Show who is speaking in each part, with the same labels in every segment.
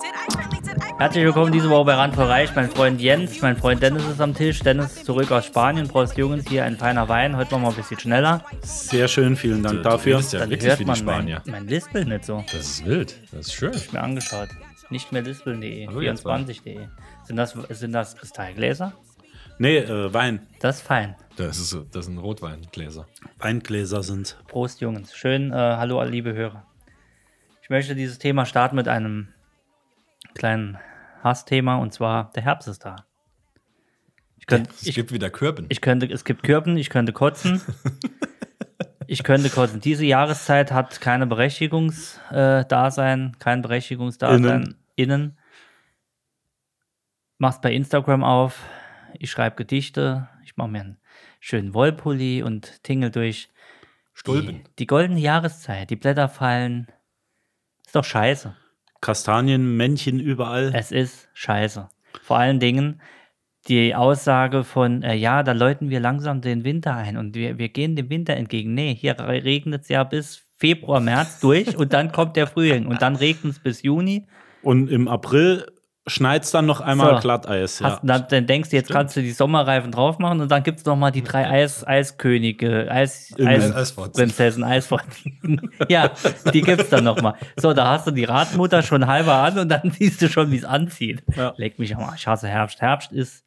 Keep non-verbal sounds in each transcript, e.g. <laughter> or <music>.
Speaker 1: Did I really, did I
Speaker 2: Herzlich willkommen diese Woche bei Rand für Reich. Mein Freund Jens, mein Freund Dennis ist am Tisch. Dennis ist zurück aus Spanien. Prost Jungs, hier ein feiner Wein. Heute machen wir ein bisschen schneller.
Speaker 3: Sehr schön, vielen Dank
Speaker 4: Du
Speaker 3: dafür.
Speaker 4: redest ja
Speaker 2: Dann
Speaker 4: wirklich
Speaker 2: hört
Speaker 4: wie die
Speaker 2: man mein,
Speaker 4: Spanier.
Speaker 2: mein Lispeln nicht so.
Speaker 4: Das ist wild. Das ist schön.
Speaker 2: Mir angeschaut. Nicht mehr lispeln.de,
Speaker 4: Hallo, Jens,
Speaker 2: 24.de. Sind das, sind das Kristallgläser?
Speaker 3: Nee, äh, Wein.
Speaker 2: Das ist fein.
Speaker 4: Das ist, das sind Rotweingläser.
Speaker 3: Weingläser sind.
Speaker 2: Prost, Jungs. Schön, äh, hallo, liebe Hörer. Ich möchte dieses Thema starten mit einem kleinen Hassthema und zwar der Herbst ist da. Ich könnte,
Speaker 4: Es
Speaker 2: Äh, ich,
Speaker 4: gibt wieder Kürben.
Speaker 2: ich könnte, es gibt Kürben, ich könnte kotzen. Ich könnte kotzen. Diese Jahreszeit hat keine Berechtigungsdasein, äh, Dasein, kein Berechtigungsdasein
Speaker 3: Innen.
Speaker 2: innen. Mach's bei Instagram auf. Ich schreibe Gedichte. Ich mache mir einen schönen Wollpulli und tingel durch die,
Speaker 4: Stulben.
Speaker 2: die goldene Jahreszeit, die Blätter fallen. Ist doch scheiße.
Speaker 3: Kastanien, Männchen überall.
Speaker 2: Es ist scheiße. Vor allen Dingen die Aussage von, äh, ja, da läuten wir langsam den Winter ein und wir, wir gehen dem Winter entgegen. Nee, hier regnet es ja bis Februar, März durch und dann kommt der Frühling und dann regnet es bis Juni.
Speaker 3: Und im April schneit es dann noch einmal
Speaker 2: So.
Speaker 3: Glatteis. Ja.
Speaker 2: Hast, dann, dann denkst du, jetzt kannst du die Sommerreifen drauf machen und dann gibt es nochmal die drei Eis, Eiskönige, Eis,
Speaker 3: Im-
Speaker 2: Eis,
Speaker 4: Eisfratz.
Speaker 2: Prinzessin Eisfratzen. <laughs> ja, die gibt's dann nochmal. So, da hast du die Radmutter schon halber an und dann siehst du schon, wie es anzieht.
Speaker 3: Ja.
Speaker 2: Leck mich am Arsch. Ich hasse Herbst. Herbst ist.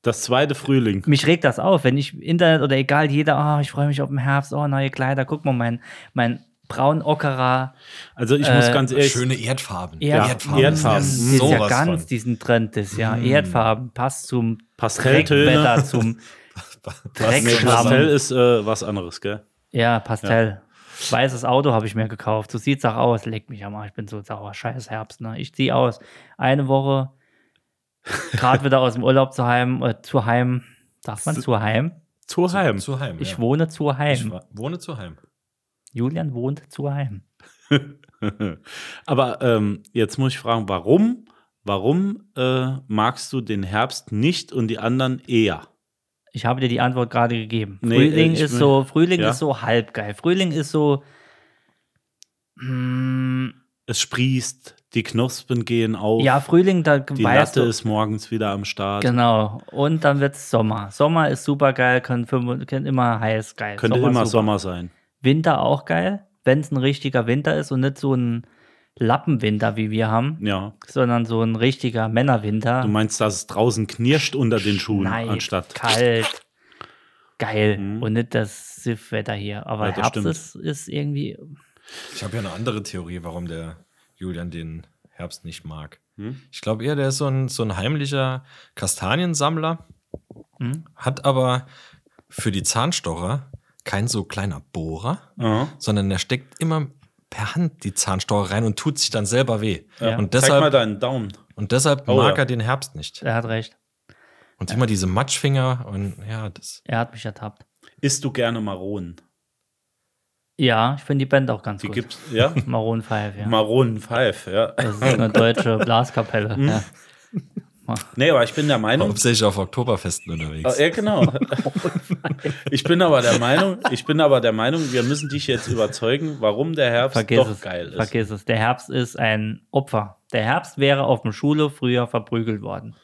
Speaker 3: Das zweite Frühling.
Speaker 2: Mich regt das auf, wenn ich im Internet oder egal jeder, ah, ich freue mich auf den Herbst, oh, neue Kleider, guck mal, mein, mein braun Ockerer.
Speaker 3: Also ich
Speaker 2: Äh,
Speaker 3: muss ganz ehrlich.
Speaker 4: Schöne Erdfarben.
Speaker 2: Ja,
Speaker 3: Erdfarben.
Speaker 4: Das
Speaker 2: Das
Speaker 4: ist
Speaker 2: ist
Speaker 4: sowas
Speaker 2: ja ganz
Speaker 4: von. Mhm.
Speaker 2: diesen Trend des Jahr. Erdfarben passt zum
Speaker 3: Pastelltöne.
Speaker 2: Dreckwetter,
Speaker 3: <laughs>
Speaker 4: <laughs>
Speaker 2: zum
Speaker 3: Nee,
Speaker 2: Dreckschlamm.
Speaker 3: Pastell ist äh, was anderes, gell?
Speaker 2: Ja, Pastell. Weißes Auto habe ich mir gekauft. So sieht's auch aus. Leck mich am Arsch. Ich bin so sauer. Scheiß Herbst, ne? Ich zieh aus. Eine Woche
Speaker 4: <laughs>
Speaker 2: gerade wieder aus dem Urlaub zu heim, äh, zu heim. Sagt man zu heim?
Speaker 3: Zu Heim.
Speaker 4: Zu Heim.
Speaker 2: Ich
Speaker 4: ja.
Speaker 2: wohne zu
Speaker 4: Ich
Speaker 2: heim.
Speaker 4: wa- wohne zu Heim.
Speaker 2: Julian wohnt zu heim.
Speaker 3: <laughs> Aber ähm, jetzt muss ich fragen, warum, warum äh, magst du den Herbst nicht und die anderen eher?
Speaker 2: Ich habe dir die Antwort gerade gegeben.
Speaker 3: Nee,
Speaker 2: Frühling
Speaker 3: ich
Speaker 2: ist
Speaker 3: bin-
Speaker 2: so, Frühling
Speaker 3: Ja.
Speaker 2: ist so halbgeil. Frühling ist so. Mm,
Speaker 3: Es sprießt, die Knospen gehen auf.
Speaker 2: ja, Frühling, da
Speaker 3: die
Speaker 2: weißt
Speaker 3: Latte
Speaker 2: du,
Speaker 3: ist morgens wieder am Start.
Speaker 2: Genau. Und dann wird es Sommer. Sommer ist super geil, kann, fünf- kann immer heiß geil.
Speaker 3: Könnte immer
Speaker 2: super.
Speaker 3: Sommer sein.
Speaker 2: Winter auch geil, wenn es ein richtiger Winter ist und nicht so ein Lappenwinter, wie wir haben,
Speaker 3: Ja.
Speaker 2: sondern so ein richtiger Männerwinter.
Speaker 3: Du meinst, dass es draußen knirscht unter den Schuhen
Speaker 2: Ah. Nein,
Speaker 3: anstatt. Mhm.
Speaker 2: kalt. Geil. Und nicht das Siffwetter hier. Aber
Speaker 3: Ja, das
Speaker 2: Herbst
Speaker 3: stimmt.
Speaker 2: ist, ist irgendwie.
Speaker 4: Ich habe ja eine andere Theorie, warum der Julian den Herbst nicht mag.
Speaker 2: Hm?
Speaker 4: Ich glaube eher, der ist so ein, so ein heimlicher Kastaniensammler,
Speaker 2: Hm?
Speaker 4: hat aber für die Zahnstocher kein so kleiner Bohrer,
Speaker 3: Ja.
Speaker 4: sondern der steckt immer per Hand die Zahnstocher rein und tut sich dann selber weh.
Speaker 2: Ja.
Speaker 4: Und
Speaker 3: Zeig mal
Speaker 4: deshalb,
Speaker 3: deinen Daumen.
Speaker 4: und deshalb
Speaker 3: Oh,
Speaker 4: mag
Speaker 3: ja.
Speaker 4: er den Herbst nicht.
Speaker 2: Er hat recht.
Speaker 4: Und immer diese Matschfinger und ja, das.
Speaker 2: Er hat mich ertappt.
Speaker 3: Isst du gerne Maronen?
Speaker 2: Ja, ich finde die Band auch ganz
Speaker 3: Die
Speaker 2: gut.
Speaker 3: gibt's, ja?
Speaker 2: Maroon 5, <laughs> ja. Also-
Speaker 3: Maronen Pfeif, ja.
Speaker 2: das ist eine deutsche Blaskapelle.
Speaker 3: Hm?
Speaker 2: ja.
Speaker 3: Nee, aber ich bin der Meinung.
Speaker 4: Hauptsächlich auf Oktoberfesten unterwegs.
Speaker 3: Ja,
Speaker 2: <laughs>
Speaker 3: genau. Ich bin aber der Meinung, ich bin aber der Meinung, wir müssen dich jetzt überzeugen, warum der Herbst
Speaker 2: Vergiss
Speaker 3: doch
Speaker 2: es.
Speaker 3: geil ist.
Speaker 2: Vergiss es. Der Herbst ist ein Opfer. Der Herbst wäre auf dem Schulhof früher verprügelt
Speaker 3: <laughs>
Speaker 2: worden.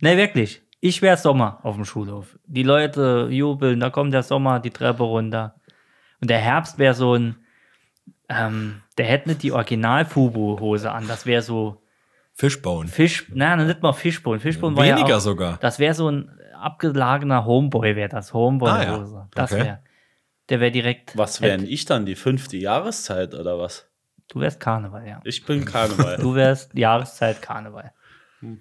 Speaker 2: ne, wirklich. Ich wäre Sommer auf dem Schulhof. Die Leute jubeln, da kommt der Sommer die Treppe runter. Und der Herbst wäre so ein. Ähm, der hätte nicht die Original-Fubu-Hose an. Das wäre so
Speaker 4: Fischbauen.
Speaker 2: Fisch. Nein, nicht mal Fischbone. Fischbone war ja
Speaker 4: Weniger
Speaker 2: auch,
Speaker 4: sogar.
Speaker 2: Das wäre so ein abgelagener Homeboy, wäre das. Homeboy-Hose.
Speaker 4: Ah, ja.
Speaker 2: Das
Speaker 4: Okay.
Speaker 2: wäre. Der wäre direkt.
Speaker 3: Was
Speaker 2: hätt-
Speaker 3: wäre denn ich dann? Die fünfte Jahreszeit oder was?
Speaker 2: <laughs> Du wärst Karneval, ja.
Speaker 3: Ich bin Karneval.
Speaker 2: Du wärst Jahreszeit Karneval.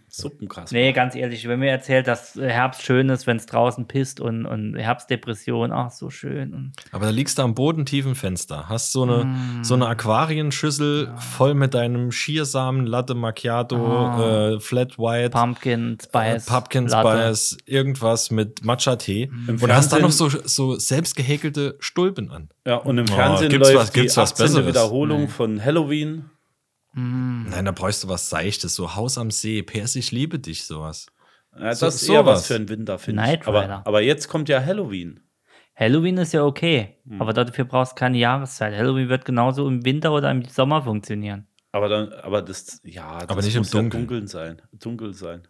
Speaker 3: Suppenkasper.
Speaker 2: Nee, ganz ehrlich, wenn mir erzählt, dass äh, Herbst schön ist, wenn es draußen pisst und, und Herbstdepression, ach, so schön. Und
Speaker 4: Aber da liegst du am Boden tiefen Fenster, hast so eine,
Speaker 2: Mm.
Speaker 4: so eine Aquarienschüssel voll mit deinem Schiersamen, Latte Macchiato, äh, Flat White,
Speaker 2: Pumpkin Spice.
Speaker 4: äh, Pumpkin
Speaker 2: Ah. Latte. Mm.
Speaker 4: Spice, irgendwas mit Matcha-Tee. Und
Speaker 3: Fernsehen-
Speaker 4: hast dann noch so, so selbst gehäkelte Stulpen an.
Speaker 3: Ja, und im Fernsehen
Speaker 4: Oh, gibt's
Speaker 3: läuft
Speaker 4: was- gibt's
Speaker 3: die
Speaker 4: was
Speaker 3: 18.
Speaker 4: Besseres? Mhm.
Speaker 3: Wiederholung von Halloween.
Speaker 2: Mm.
Speaker 4: Nein, da bräuchst du was Seichtes, so Haus am See, PS, ich liebe dich, sowas.
Speaker 3: Ja, das
Speaker 4: So-
Speaker 3: ist eher
Speaker 4: sowas.
Speaker 3: was für einen Winter, finde
Speaker 2: Knight
Speaker 3: ich.
Speaker 2: Rider.
Speaker 3: Aber, aber jetzt kommt ja Halloween.
Speaker 2: Halloween ist ja okay,
Speaker 3: Hm.
Speaker 2: aber dafür brauchst du keine Jahreszeit. Halloween wird genauso im Winter oder im Sommer funktionieren.
Speaker 3: Aber dann, aber das, ja, das
Speaker 4: nicht im
Speaker 3: muss ja
Speaker 4: Dunkeln.
Speaker 3: dunkeln sein. Dunkel sein.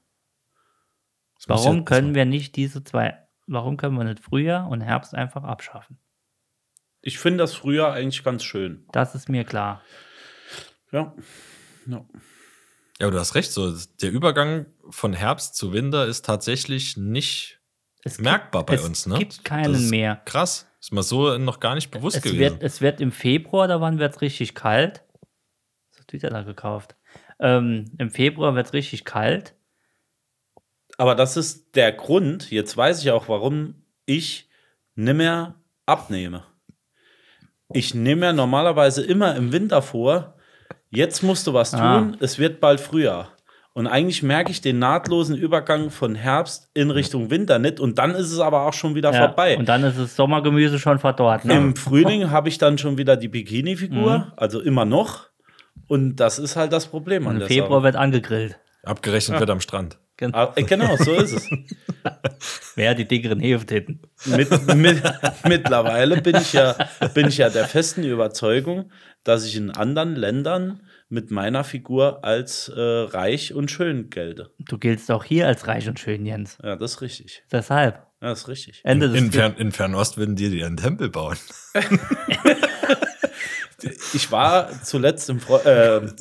Speaker 4: Das muss
Speaker 2: Warum
Speaker 4: ja-
Speaker 2: können wir nicht diese zwei, warum können wir nicht Frühjahr und Herbst einfach abschaffen?
Speaker 3: Ich finde das Frühjahr eigentlich ganz schön.
Speaker 2: Das ist mir klar.
Speaker 3: Ja. ja.
Speaker 4: Ja, aber du hast recht, so der Übergang von Herbst zu Winter ist tatsächlich nicht
Speaker 2: Es
Speaker 4: merkbar bei
Speaker 2: es
Speaker 4: uns, ne?
Speaker 2: Es gibt keinen
Speaker 4: Das ist
Speaker 2: mehr.
Speaker 4: Krass. Ist mir so noch gar nicht bewusst
Speaker 2: Es
Speaker 4: gewesen.
Speaker 2: wird, es wird im Februar, da wann wird es richtig kalt? Was hat wieder da gekauft? Ähm, Im Februar wird es richtig kalt.
Speaker 3: Aber das ist der Grund, jetzt weiß ich auch, warum ich nimmer abnehme. Ich nehme ja normalerweise immer im Winter vor, jetzt musst du was tun,
Speaker 2: Ah.
Speaker 3: es wird bald Frühjahr. Und eigentlich merke ich den nahtlosen Übergang von Herbst in Richtung Winter nicht. Und dann ist es aber auch schon wieder
Speaker 2: Ja,
Speaker 3: vorbei.
Speaker 2: Und dann ist das Sommergemüse schon verdorrt. Ne?
Speaker 3: Im Frühling habe ich dann schon wieder die Bikini-Figur,
Speaker 2: Mhm.
Speaker 3: also immer noch. Und das ist halt das Problem an
Speaker 2: und im
Speaker 3: der
Speaker 2: Februar
Speaker 3: Sache.
Speaker 2: wird angegrillt.
Speaker 4: Abgerechnet wird am Strand.
Speaker 2: Genau.
Speaker 3: Ah, äh, Genau, so
Speaker 2: <laughs>
Speaker 3: ist es.
Speaker 2: Wer die dickeren Hefetitten?
Speaker 3: Mit, mit, mittlerweile bin ich, ja, bin ich ja der festen Überzeugung, dass ich in anderen Ländern mit meiner Figur als äh, reich und schön gelte.
Speaker 2: Du giltst auch hier als reich und schön, Jens.
Speaker 3: Ja, das ist richtig.
Speaker 2: Deshalb.
Speaker 3: Ja, das ist richtig.
Speaker 2: Ende des
Speaker 4: In, Fern, in Fernost würden die dir einen
Speaker 2: <laughs>
Speaker 4: Tempel bauen.
Speaker 3: Ich war zuletzt im Fre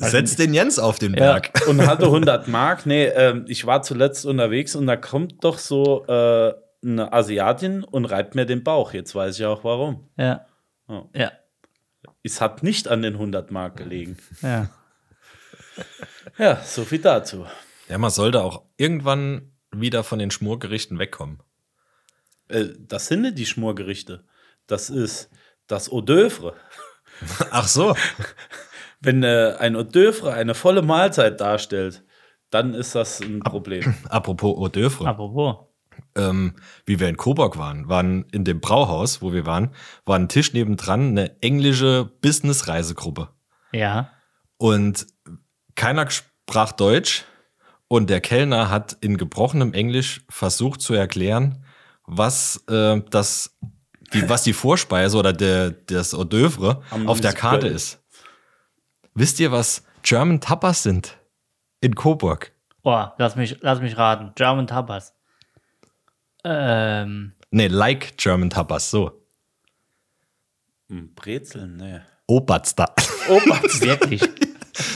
Speaker 3: äh,
Speaker 4: Setz den Jens auf den Berg.
Speaker 3: und hatte 100 Mark. Nee, ähm, ich war zuletzt unterwegs und da kommt doch so äh, eine Asiatin und reibt mir den Bauch. Jetzt weiß ich auch warum.
Speaker 2: Ja.
Speaker 3: Oh.
Speaker 2: Ja.
Speaker 3: Es hat nicht an den 100 Mark gelegen.
Speaker 2: ja.
Speaker 3: Ja, so viel dazu.
Speaker 4: Ja, man sollte auch irgendwann wieder von den Schmorgerichten wegkommen. <laughs>
Speaker 3: Äh, das sind nicht die Schmorgerichte. Das ist das Hors d'oeuvre.
Speaker 4: Ach so.
Speaker 3: Wenn äh, ein Hors d'oeuvre eine volle Mahlzeit darstellt, dann ist das ein Problem.
Speaker 4: <clears throat> Apropos Hors
Speaker 2: Ah.
Speaker 4: d'oeuvre.
Speaker 2: Apropos.
Speaker 4: Ähm, wie wir in Coburg waren, waren in dem Brauhaus, wo wir waren, war ein Tisch nebendran eine englische Business-Reisegruppe.
Speaker 2: Ja.
Speaker 4: Und keiner sprach Deutsch. Und der Kellner hat in gebrochenem Englisch versucht zu erklären, was, äh, das, die, was die Vorspeise oder der, das Hors d'oeuvre
Speaker 3: Am
Speaker 4: auf der Karte
Speaker 3: Missbrauch.
Speaker 4: ist. Wisst ihr, was German Tapas sind? In Coburg.
Speaker 2: Oh, lass mich, lass mich raten. German Tapas. Ähm,
Speaker 4: Nee, like German Tapas, so.
Speaker 3: Hm, Brezeln, ne. <laughs>
Speaker 4: Opatster. <laughs>
Speaker 2: wirklich.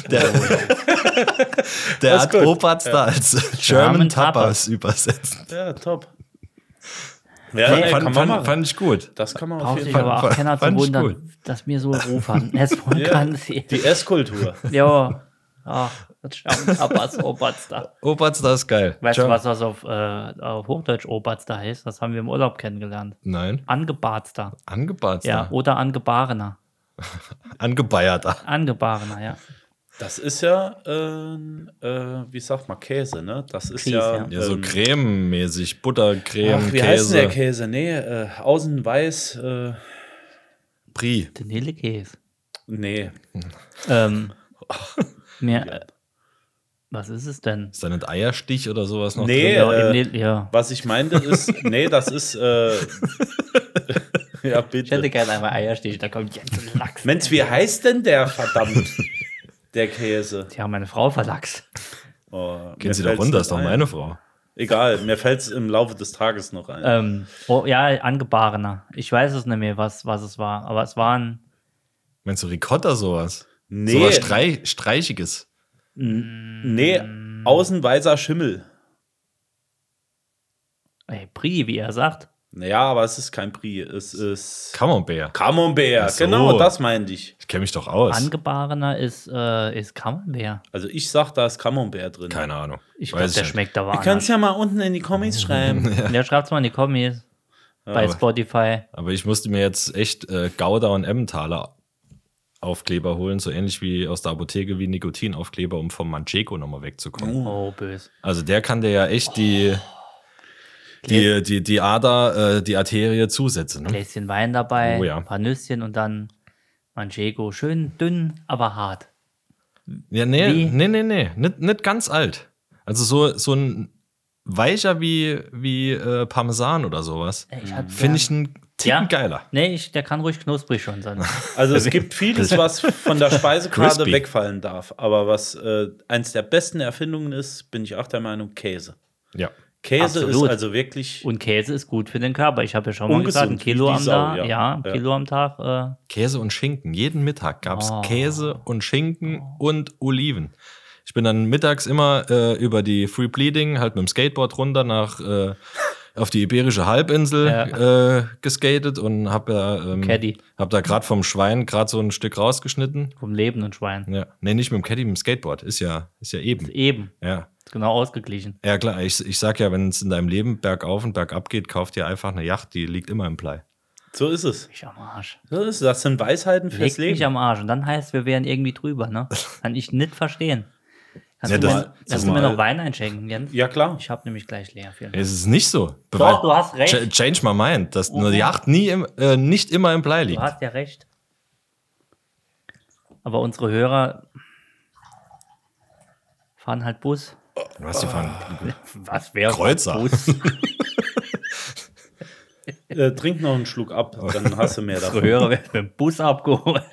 Speaker 4: Der, der
Speaker 3: Das ist
Speaker 4: hat
Speaker 3: gut.
Speaker 4: Opatster als German,
Speaker 2: German Tapas.
Speaker 4: Tapas, übersetzt.
Speaker 3: Ja, top. Ja, ey, kann
Speaker 4: fand,
Speaker 3: man
Speaker 4: fand,
Speaker 3: machen.
Speaker 4: fand ich gut.
Speaker 3: Das kann man auf
Speaker 2: Braucht
Speaker 3: jeden
Speaker 2: sich
Speaker 3: Fall.
Speaker 2: aber auch
Speaker 4: fand-
Speaker 2: keiner zu
Speaker 4: fand ich
Speaker 2: wundern,
Speaker 4: cool.
Speaker 2: dass mir so Ruf
Speaker 4: <laughs>
Speaker 2: an. Es von
Speaker 3: Ja.
Speaker 2: ganz viel.
Speaker 3: Die Esskultur.
Speaker 2: Ja. Ach, Ah, das German
Speaker 4: <laughs>
Speaker 2: Tapas, Oberster.
Speaker 4: Opatster ist geil.
Speaker 2: Weißt du,
Speaker 4: German-
Speaker 2: was das auf, äh, auf Hochdeutsch Oberster heißt? Das haben wir im Urlaub kennengelernt.
Speaker 4: Nein,
Speaker 2: Angebartster.
Speaker 4: angebatster.
Speaker 2: Ja, oder Angebarener.
Speaker 4: Angebeierter.
Speaker 2: Angebarener,
Speaker 4: <laughs>
Speaker 2: ja.
Speaker 3: Das ist ja, ähm, äh, wie sagt man, Käse, ne? Das ist
Speaker 2: Käse,
Speaker 3: ja.
Speaker 2: ja.
Speaker 4: Ja, so
Speaker 3: ähm,
Speaker 4: crememäßig, Buttercreme,
Speaker 3: Ach, wie heißt denn der
Speaker 4: Käse.
Speaker 3: Käse? Nee, äh, außen weiß, äh,
Speaker 4: Brie.
Speaker 2: Vanillekäse.
Speaker 3: nee.
Speaker 2: Ähm,
Speaker 4: <laughs>
Speaker 2: mehr, äh, was ist es denn?
Speaker 4: Ist da nicht Eierstich oder sowas noch
Speaker 3: Nee,
Speaker 4: drin?
Speaker 2: Ja,
Speaker 3: äh,
Speaker 2: Vanille- ja.
Speaker 3: Was ich meinte ist, nee, das ist, äh, <laughs> ja
Speaker 2: Ich hätte
Speaker 3: bitte.
Speaker 2: gerne einmal Eierstich, da kommt Jens und Lachs.
Speaker 3: Mensch, wie heißt denn der verdammt, der Käse?
Speaker 2: Ja, meine Frau war Lachs.
Speaker 3: Oh, mir
Speaker 4: Gehen Sie da
Speaker 3: fällt's
Speaker 4: runter,
Speaker 3: nicht
Speaker 4: ist doch
Speaker 3: ein.
Speaker 4: meine Frau.
Speaker 3: Egal, mir fällt es im Laufe des Tages noch ein.
Speaker 2: Ähm, oh, ja, Angebarener. Ich weiß es nicht mehr, was, was es war, aber es war ein
Speaker 4: Meinst du Ricotta sowas?
Speaker 3: nee,
Speaker 4: Sowas Streich Streichiges.
Speaker 3: nee, außen weißer Schimmel.
Speaker 2: ey, Brie, wie er sagt.
Speaker 3: Naja, aber es ist kein Brie, es ist
Speaker 4: Camembert.
Speaker 3: Camembert.
Speaker 4: Ach so.
Speaker 3: Genau, das meinte ich.
Speaker 4: Ich kenne mich doch aus.
Speaker 2: Angebahrener ist, äh, ist Camembert.
Speaker 3: Also ich sag, da ist Camembert drin.
Speaker 4: Keine Ahnung.
Speaker 2: Ich glaube, der
Speaker 4: nicht.
Speaker 2: schmeckt aber
Speaker 3: Du kannst
Speaker 2: anders.
Speaker 3: ja mal unten in die
Speaker 4: <laughs>
Speaker 3: Comics schreiben.
Speaker 2: Ja, schreibt's mal in die Kommis. bei
Speaker 4: aber-
Speaker 2: Spotify.
Speaker 4: Aber ich musste mir jetzt echt äh, Gouda und Emmentaler Aufkleber holen, so ähnlich wie aus der Apotheke wie Nikotinaufkleber, um vom Manchego nochmal wegzukommen.
Speaker 2: Oh, böse.
Speaker 4: Also der kann dir ja echt die, die, die, die Ader, äh, die Arterie zusetzen. Ne?
Speaker 2: Gläschen Wein dabei,
Speaker 4: Oh ja.
Speaker 2: ein paar Nüsschen und dann Manchego. Schön dünn, aber hart.
Speaker 4: Ja, nee,
Speaker 2: Wie?
Speaker 4: nee, nee, nee. Nicht, nicht ganz alt. Also so, so ein weicher wie, wie äh, Parmesan oder sowas.
Speaker 2: Ich hab gern-
Speaker 4: Finde ich einen Ticken
Speaker 2: Ja.
Speaker 4: geiler.
Speaker 2: Nee, ich, der kann ruhig knusprig schon sein.
Speaker 3: Also es gibt vieles, was von der Speisekarte
Speaker 4: Crispy.
Speaker 3: wegfallen darf. Aber was äh, eins der besten Erfindungen ist, bin ich auch der Meinung, Käse.
Speaker 4: Ja.
Speaker 3: Käse
Speaker 2: Absolut.
Speaker 3: ist also wirklich.
Speaker 2: Und Käse ist gut für den Körper. Ich habe ja schon mal
Speaker 3: Ungesund,
Speaker 2: gesagt, ein
Speaker 3: wie
Speaker 2: Kilo
Speaker 3: die
Speaker 2: am
Speaker 3: Sau,
Speaker 2: Tag.
Speaker 3: ja.
Speaker 2: Ja, ein
Speaker 3: Ja.
Speaker 2: Kilo am Tag. Äh,
Speaker 4: Käse und Schinken. Jeden Mittag gab es
Speaker 2: Oh.
Speaker 4: Käse und Schinken und Oliven. Ich bin dann mittags immer äh, über die Free Bleeding halt mit dem Skateboard runter nach äh, auf die iberische Halbinsel äh, geskatet und hab da, ähm,
Speaker 2: Caddy.
Speaker 4: hab da gerade vom Schwein gerade so ein Stück rausgeschnitten.
Speaker 2: vom Leben und Schwein.
Speaker 4: Ja. Nee, nicht mit dem Caddy, mit dem Skateboard. Ist ja, ist ja eben.
Speaker 2: Eben.
Speaker 4: Ja.
Speaker 2: Ist genau ausgeglichen.
Speaker 4: Ja, klar, ich, ich sag ja, wenn es in deinem Leben bergauf und bergab geht, kauf dir einfach eine Yacht, die liegt immer im Blei.
Speaker 3: So ist es.
Speaker 2: Ich am Arsch.
Speaker 3: So ist es. Das sind Weisheiten fürs
Speaker 2: Leg mich
Speaker 3: Leben.
Speaker 2: am Arsch. Und dann heißt, wir wären irgendwie drüber,
Speaker 3: <laughs>
Speaker 2: ne? Kann ich nicht verstehen. Kannst,
Speaker 4: Ja,
Speaker 2: du,
Speaker 4: das-
Speaker 2: mir,
Speaker 4: das
Speaker 2: kannst
Speaker 4: ist
Speaker 2: du mir
Speaker 4: mal-
Speaker 2: noch Wein einschenken, Jens?
Speaker 3: Ja, klar.
Speaker 2: Ich habe nämlich gleich leer. Vielen Dank.
Speaker 4: Es ist nicht so.
Speaker 2: Doch, du hast recht. Mhm.
Speaker 4: Ch change my mind, dass eine Yacht nie im, äh, nicht immer im Blei
Speaker 2: Du
Speaker 4: liegt.
Speaker 2: hast ja recht. Aber unsere Hörer fahren halt Bus.
Speaker 4: Du hast
Speaker 2: Ah.
Speaker 4: gefahren.
Speaker 2: Was wäre
Speaker 4: Kreuzer.
Speaker 2: <laughs> Bus?
Speaker 3: Äh, trink noch einen Schluck ab, dann hast
Speaker 2: <laughs>
Speaker 3: du mehr
Speaker 2: Unsere
Speaker 3: davon.
Speaker 2: Hörer werden mit dem Bus
Speaker 3: <laughs>
Speaker 2: abgeholt.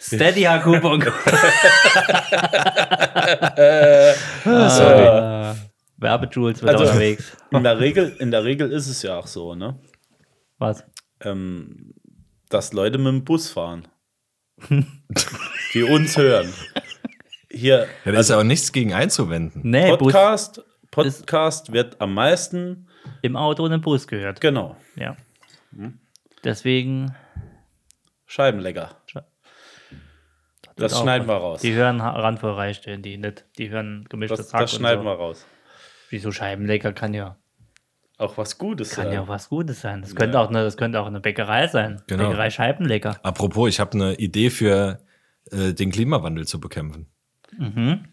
Speaker 2: Steady Coupon. Sorry. Werbejules Äh, wird
Speaker 3: Also-
Speaker 2: unterwegs.
Speaker 3: In der, Regel, in der Regel ist es ja auch so, ne?
Speaker 2: Was?
Speaker 3: ähm, dass Leute mit dem Bus
Speaker 2: <laughs>
Speaker 3: fahren, die uns hören. Hier,
Speaker 4: Ja, da ist
Speaker 2: Also-
Speaker 4: ja auch nichts gegen einzuwenden.
Speaker 2: Nee,
Speaker 3: Podcast, Podcast wird am meisten,
Speaker 2: Bus im Auto und im Bus gehört.
Speaker 3: genau,
Speaker 2: Ja. Deswegen,
Speaker 3: Scheibenlecker.
Speaker 2: Sche-
Speaker 3: Das
Speaker 2: auch
Speaker 3: schneiden wir
Speaker 2: was.
Speaker 3: raus.
Speaker 2: die hören ha- randvoll reinstellen, die nicht. Die hören gemischtes
Speaker 3: Das,
Speaker 2: Hack
Speaker 3: das schneiden
Speaker 2: und so.
Speaker 3: wir raus.
Speaker 2: Wieso Scheibenlecker kann ja
Speaker 3: Auch was Gutes. äh,
Speaker 2: Kann
Speaker 3: sein.
Speaker 2: ja auch was Gutes sein. Das könnte, auch, eine, das könnte auch eine Bäckerei sein.
Speaker 4: Genau.
Speaker 2: Bäckerei Scheibenlecker.
Speaker 4: Apropos, ich habe eine Idee für äh, den Klimawandel zu bekämpfen.
Speaker 2: Mhm.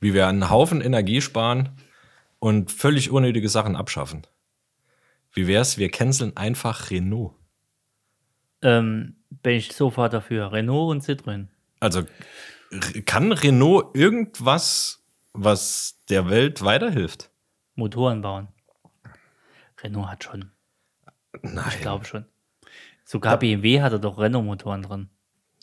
Speaker 4: Wie wir einen Haufen Energie sparen und völlig unnötige Sachen abschaffen. Wie wär's, wir canceln einfach Renault.
Speaker 2: Ähm, bin ich sofort dafür. Renault und Citroën.
Speaker 4: Also r- kann Renault irgendwas, was der Welt weiterhilft?
Speaker 2: Motoren bauen. Renault hat schon.
Speaker 4: Nein,
Speaker 2: Ich glaube schon. Sogar BMW hatte doch Renault-Motoren drin.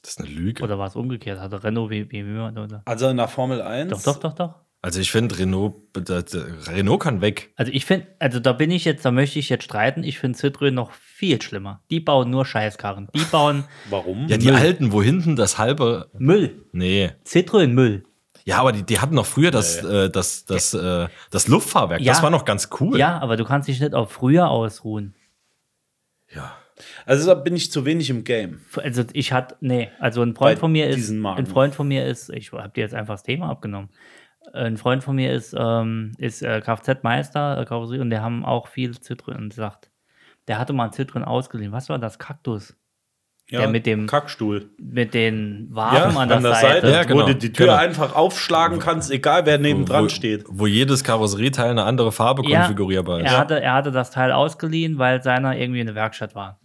Speaker 4: das ist eine Lüge.
Speaker 2: Oder war es umgekehrt? Hatte Renault BMW oder?
Speaker 3: Also in der Formel 1,
Speaker 2: Doch, doch, doch, doch.
Speaker 4: Also ich finde Renault, be- da- da- Renault kann weg.
Speaker 2: Also ich finde, also da bin ich jetzt, da möchte ich jetzt streiten. Ich finde Citroën noch viel schlimmer. Die bauen nur Scheißkarren. Die bauen
Speaker 3: warum?
Speaker 4: Ja, die alten, wo hinten das halbe.
Speaker 2: Müll.
Speaker 4: Nee.
Speaker 2: Citroën Müll.
Speaker 4: Ja, aber die, die hatten noch früher das, Äh, das, das, äh, das Luftfahrwerk.
Speaker 2: Ja.
Speaker 4: Das war noch ganz cool.
Speaker 2: Ja, aber du kannst dich nicht auf früher ausruhen.
Speaker 4: ja.
Speaker 3: Also da bin ich zu wenig im Game.
Speaker 2: Also ich hatte, nee, also ein Freund
Speaker 3: Bei
Speaker 2: von mir ist,
Speaker 3: diesen Marken.
Speaker 2: ein Freund von mir ist, ich habe dir jetzt einfach das Thema abgenommen. Ein Freund von mir ist, ähm, ist äh, Kfz-Meister, äh, Karosserie, und der haben auch viel Zitrin gesagt. Der hatte mal einen Zitrin ausgeliehen. Was war das? Kaktus?
Speaker 3: Ja,
Speaker 2: Der mit dem-
Speaker 3: Kackstuhl.
Speaker 2: Mit den Waben an, der Seite.
Speaker 4: Ja,
Speaker 3: wo
Speaker 4: genau,
Speaker 3: du die Tür
Speaker 4: genau.
Speaker 3: einfach aufschlagen kannst, egal wer nebendran
Speaker 4: wo,
Speaker 2: Also
Speaker 3: steht.
Speaker 4: Wo jedes Karosserieteil eine andere Farbe
Speaker 2: Ja,
Speaker 4: konfigurierbar ist.
Speaker 2: Er hatte, er hatte das Teil ausgeliehen, weil seiner irgendwie in der Werkstatt war.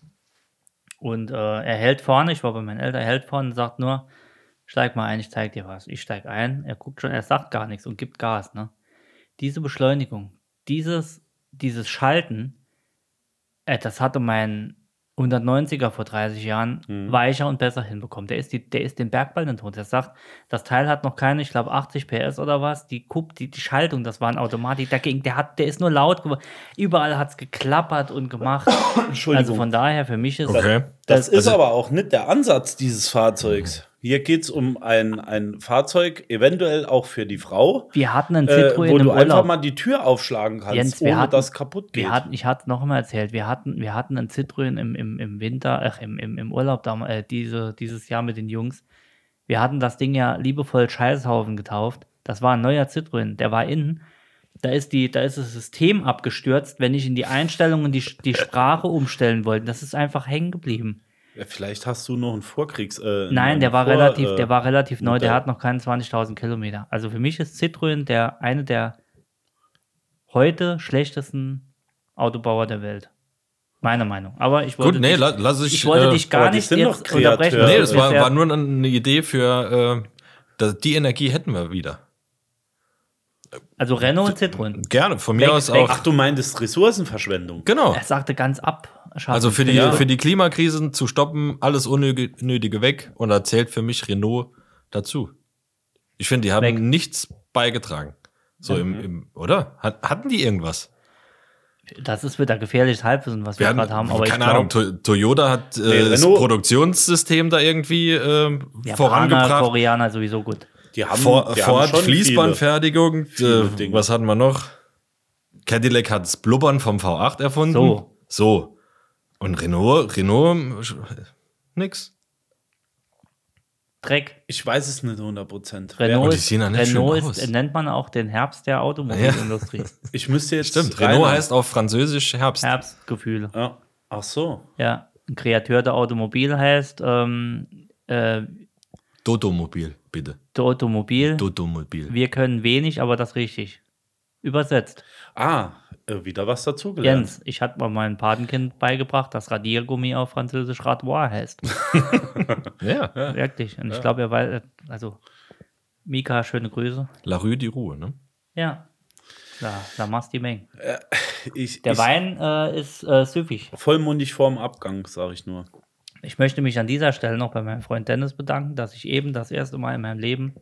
Speaker 2: Und äh, er hält vorne, ich war bei meinen Eltern, er hält vorne und sagt nur, steig mal ein, ich zeig dir was. Ich steig ein, er guckt schon, er sagt gar nichts und gibt Gas. Ne? Diese Beschleunigung, dieses, dieses Schalten, äh, das hatte mein 190er vor 30 Jahren
Speaker 3: Mhm.
Speaker 2: weicher und besser hinbekommen. Der ist, die, der ist den Bergball nicht runter. Er sagt, das Teil hat noch keine, ich glaube, 80 PS oder was. Die Kupp, die, die Schaltung, das war ein Automatik. Der, ging, der, hat, der ist nur laut geworden. Überall hat es geklappert und gemacht.
Speaker 3: <coughs> Entschuldigung.
Speaker 2: also von daher, für mich ist
Speaker 4: Okay.
Speaker 3: Das ist
Speaker 4: Also-
Speaker 3: aber auch nicht der Ansatz dieses Fahrzeugs. Hier geht es um ein, ein Fahrzeug, eventuell auch für die Frau,
Speaker 2: Wir hatten einen
Speaker 3: äh,
Speaker 2: Citroën
Speaker 3: wo
Speaker 2: im
Speaker 3: du einfach
Speaker 2: Urlaub.
Speaker 3: mal die Tür aufschlagen kannst,
Speaker 2: Jens, wir
Speaker 3: ohne
Speaker 2: hatten-
Speaker 3: dass kaputt geht.
Speaker 2: wir hatten, ich hatte noch mal erzählt, wir hatten, wir hatten einen Citroën im, im, im Winter, ach, im, im, im Urlaub damals, äh, diese, dieses Jahr mit den Jungs. Wir hatten das Ding ja liebevoll Scheißhaufen getauft. Das war ein neuer Citroën, der war innen. Da ist, die, da ist das System abgestürzt, wenn ich in die Einstellungen die, die Sprache umstellen wollte. Das ist einfach hängen geblieben.
Speaker 3: Ja, Vielleicht hast du noch einen Vorkriegs. Äh,
Speaker 2: Nein,
Speaker 3: einen
Speaker 2: der war
Speaker 3: Vor-
Speaker 2: relativ,
Speaker 3: äh,
Speaker 2: der war relativ neu, der
Speaker 3: Modell.
Speaker 2: hat noch keine 20.000 Kilometer. Also für mich ist Citroën der eine der heute schlechtesten Autobauer der Welt. Meine Meinung. Aber ich wollte
Speaker 4: Gut, nee,
Speaker 2: dich,
Speaker 4: la, lass ich.
Speaker 2: ich wollte
Speaker 4: äh,
Speaker 2: dich
Speaker 3: aber
Speaker 2: gar
Speaker 3: die
Speaker 2: nicht
Speaker 3: sind
Speaker 2: jetzt
Speaker 3: doch Kreateure.
Speaker 2: unterbrechen.
Speaker 4: Nee,
Speaker 3: Ja,
Speaker 4: das
Speaker 3: das
Speaker 4: war,
Speaker 2: wär-
Speaker 4: war nur eine Idee für äh, das, die Energie hätten wir wieder.
Speaker 2: also Renault und Citroën.
Speaker 4: Gerne, von mir
Speaker 2: Weg-
Speaker 4: aus
Speaker 2: weg.
Speaker 4: auch.
Speaker 3: Ach, du meintest Ressourcenverschwendung.
Speaker 4: genau.
Speaker 2: Er sagte ganz ab. schaffen.
Speaker 4: Also für die,
Speaker 3: Ja.
Speaker 4: für die Klimakrisen zu stoppen, alles Unnötige weg. Und da zählt für mich Renault dazu. Ich finde, die haben
Speaker 2: Weg.
Speaker 4: nichts beigetragen. So im, im oder? Hat, hatten die irgendwas?
Speaker 2: das ist wieder gefährliches Halbwissen, was wir,
Speaker 4: Wir hatten,
Speaker 2: gerade haben. Aber
Speaker 4: keine
Speaker 2: ich
Speaker 4: Ahnung,
Speaker 2: glaub,
Speaker 4: To Toyota hat äh,
Speaker 3: Nee,
Speaker 4: das
Speaker 3: Renault-
Speaker 4: Produktionssystem da irgendwie ähm,
Speaker 2: Japaner,
Speaker 4: vorangebracht.
Speaker 2: Koreaner sowieso gut.
Speaker 3: Die haben,
Speaker 4: For,
Speaker 3: die
Speaker 4: Ford
Speaker 3: haben schon
Speaker 4: Fließbandfertigung.
Speaker 3: viele
Speaker 4: äh,
Speaker 3: Dinge.
Speaker 4: was hatten wir noch? Cadillac hat das Blubbern vom V8 erfunden.
Speaker 2: So.
Speaker 4: So. Und Renault, Renault, äh, nix.
Speaker 2: Dreck.
Speaker 3: Viele. Ich weiß es nicht 100 Prozent.
Speaker 2: Renault,
Speaker 4: Und die
Speaker 2: ist,
Speaker 4: sehen ja nicht
Speaker 2: Renault
Speaker 4: schön
Speaker 2: ist,
Speaker 4: aus.
Speaker 2: nennt man auch den Herbst der
Speaker 4: <laughs>
Speaker 2: Automobilindustrie.
Speaker 3: Ich müsste jetzt.
Speaker 4: Stimmt,
Speaker 3: rein-
Speaker 4: Renault heißt auf Französisch Herbst.
Speaker 2: Herbstgefühle.
Speaker 3: Ja. Ach so.
Speaker 2: Ja, ein Kreateur der Automobil heißt ähm, äh,
Speaker 4: Dodomobil, bitte.
Speaker 2: der Automobil.
Speaker 4: Dodomobil.
Speaker 2: Wir können wenig, aber das richtig. Übersetzt.
Speaker 3: Ah, äh, wieder was dazugelernt.
Speaker 2: Jens, ich hatte mal meinem Patenkind beigebracht, dass Radiergummi auf Französisch Radoir heißt.
Speaker 4: Ja,
Speaker 2: Wirklich. Und ich glaube, er weiß, also Mika, schöne Grüße.
Speaker 4: La Rue die Ruhe, ne?
Speaker 2: Ja. Da, da machst die Menge.
Speaker 3: Ich,
Speaker 2: Der
Speaker 3: ich,
Speaker 2: Wein äh, ist äh, süffig.
Speaker 3: Vollmundig vorm Abgang, sage ich nur.
Speaker 2: Ich möchte mich an dieser Stelle noch bei meinem Freund Dennis bedanken, dass ich eben das erste Mal in meinem Leben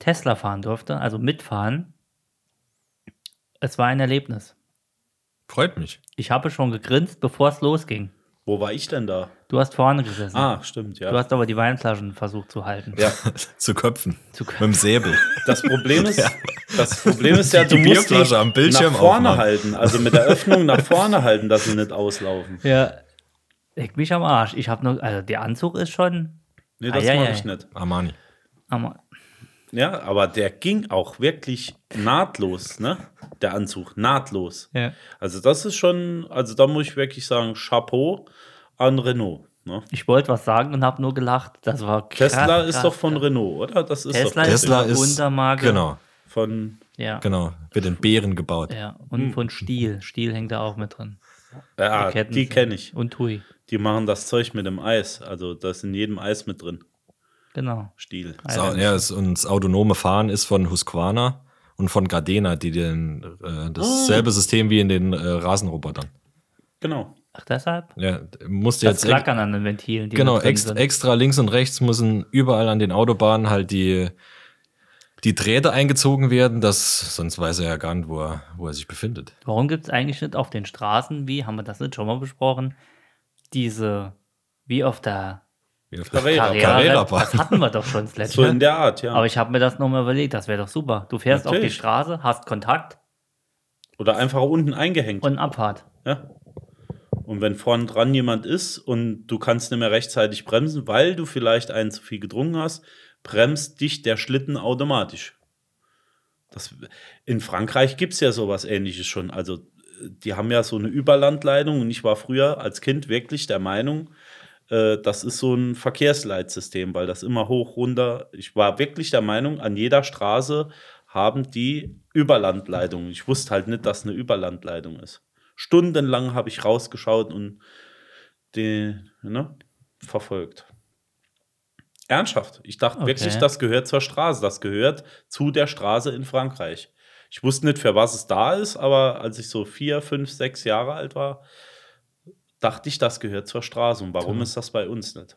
Speaker 2: Tesla fahren durfte, also mitfahren. Es war ein Erlebnis.
Speaker 4: Freut mich.
Speaker 2: Ich habe schon gegrinst, bevor es losging.
Speaker 3: Wo war ich denn da?
Speaker 2: Du hast vorne gesessen.
Speaker 3: Ah, stimmt, ja.
Speaker 2: Du hast aber die Weinflaschen versucht zu halten.
Speaker 3: ja.
Speaker 4: Zu köpfen.
Speaker 2: Zu
Speaker 4: Mit
Speaker 2: köpfen.
Speaker 4: dem Säbel.
Speaker 3: Das Problem ist, das Problem ist ja, du
Speaker 4: Die
Speaker 3: musst die
Speaker 4: Bierflasche am Bildschirm
Speaker 3: nach vorne
Speaker 4: aufmachen.
Speaker 3: halten, also mit der Öffnung nach vorne halten, dass sie nicht auslaufen.
Speaker 2: Ja. Leck mich am Arsch. Ich habe nur, also der Anzug ist schon.
Speaker 3: Nee, das
Speaker 2: Eieiei.
Speaker 3: mache ich nicht.
Speaker 4: Armani.
Speaker 2: am-
Speaker 3: Ja, aber der ging auch wirklich nahtlos, ne? Der Anzug, nahtlos.
Speaker 2: Ja.
Speaker 3: Also das ist schon, also da muss ich wirklich sagen, Chapeau an Renault. Ne?
Speaker 2: Ich wollte was sagen und habe nur gelacht. Das war krass.
Speaker 3: Tesla ist
Speaker 2: krass,
Speaker 3: doch von
Speaker 2: krass.
Speaker 3: Renault, oder? Das ist
Speaker 2: Tesla
Speaker 3: doch
Speaker 2: ist-
Speaker 4: Tesla
Speaker 2: eine
Speaker 4: ist.
Speaker 2: Also Untermarke.
Speaker 4: Genau,
Speaker 3: von
Speaker 2: Ja.
Speaker 4: genau. Wird in Beeren gebaut.
Speaker 2: ja. Und
Speaker 3: Hm.
Speaker 2: von Stiel. Stiel hängt da auch mit drin.
Speaker 3: ja,
Speaker 2: Ketten
Speaker 3: äh, Ah, die
Speaker 2: sind-
Speaker 3: kenne ich.
Speaker 2: Und Tui.
Speaker 3: Die machen das Zeug mit dem Eis, also das ist in jedem Eis mit drin.
Speaker 2: Genau.
Speaker 3: Stiel.
Speaker 4: Sau-
Speaker 2: Alter.
Speaker 4: ja, es, und das autonome Fahren ist von Husqvarna und von Gardena, die den, äh,
Speaker 2: Ah.
Speaker 4: dasselbe System wie in den äh, Rasenrobotern.
Speaker 3: Genau.
Speaker 2: Ach, deshalb?
Speaker 4: Ja, musste
Speaker 2: Das
Speaker 4: jetzt ex
Speaker 2: Klackern an den Ventilen. Die
Speaker 4: genau
Speaker 2: mit drin
Speaker 4: ex
Speaker 2: sind.
Speaker 4: extra links und rechts müssen überall an den Autobahnen halt die die Drähte eingezogen werden, dass sonst weiß er ja gar nicht, wo er, wo er sich befindet.
Speaker 2: Warum gibt es eigentlich nicht auf den Straßen, wie haben wir das nicht schon mal besprochen, diese, wie auf der
Speaker 4: Wie auf
Speaker 3: Carrera.
Speaker 4: der
Speaker 2: Carrera,
Speaker 4: Carrera-Bahn.
Speaker 2: das hatten wir doch schon das letzte
Speaker 3: So in
Speaker 2: Mal.
Speaker 3: der Art, ja.
Speaker 2: Aber ich habe mir das nochmal überlegt, das wäre doch super. Du fährst auf
Speaker 3: Natürlich.
Speaker 2: die Straße, hast Kontakt
Speaker 3: Oder einfach unten eingehängt.
Speaker 2: und Abfahrt.
Speaker 3: Ja. Und wenn vorn dran jemand ist und du kannst nicht mehr rechtzeitig bremsen, weil du vielleicht einen zu viel gedrungen hast, bremst dich der Schlitten automatisch. Das, in Frankreich gibt es ja sowas ähnliches schon. Also, äh, die haben ja so eine Überlandleitung und ich war früher als Kind wirklich der Meinung, äh, das ist so ein Verkehrsleitsystem, weil das immer hoch, runter. Ich war wirklich der Meinung, an jeder Straße haben die Überlandleitungen. Ich wusste halt nicht, dass eine Überlandleitung ist. Stundenlang habe ich rausgeschaut und den ne, verfolgt. Ernsthaft. Ich dachte
Speaker 2: Okay.
Speaker 3: wirklich, das gehört zur Straße. Das gehört zu der Straße in Frankreich. Ich wusste nicht, für was es da ist, aber als ich so vier, fünf, sechs Jahre alt war, dachte ich, das gehört zur Straße. Und warum ist das bei uns nicht?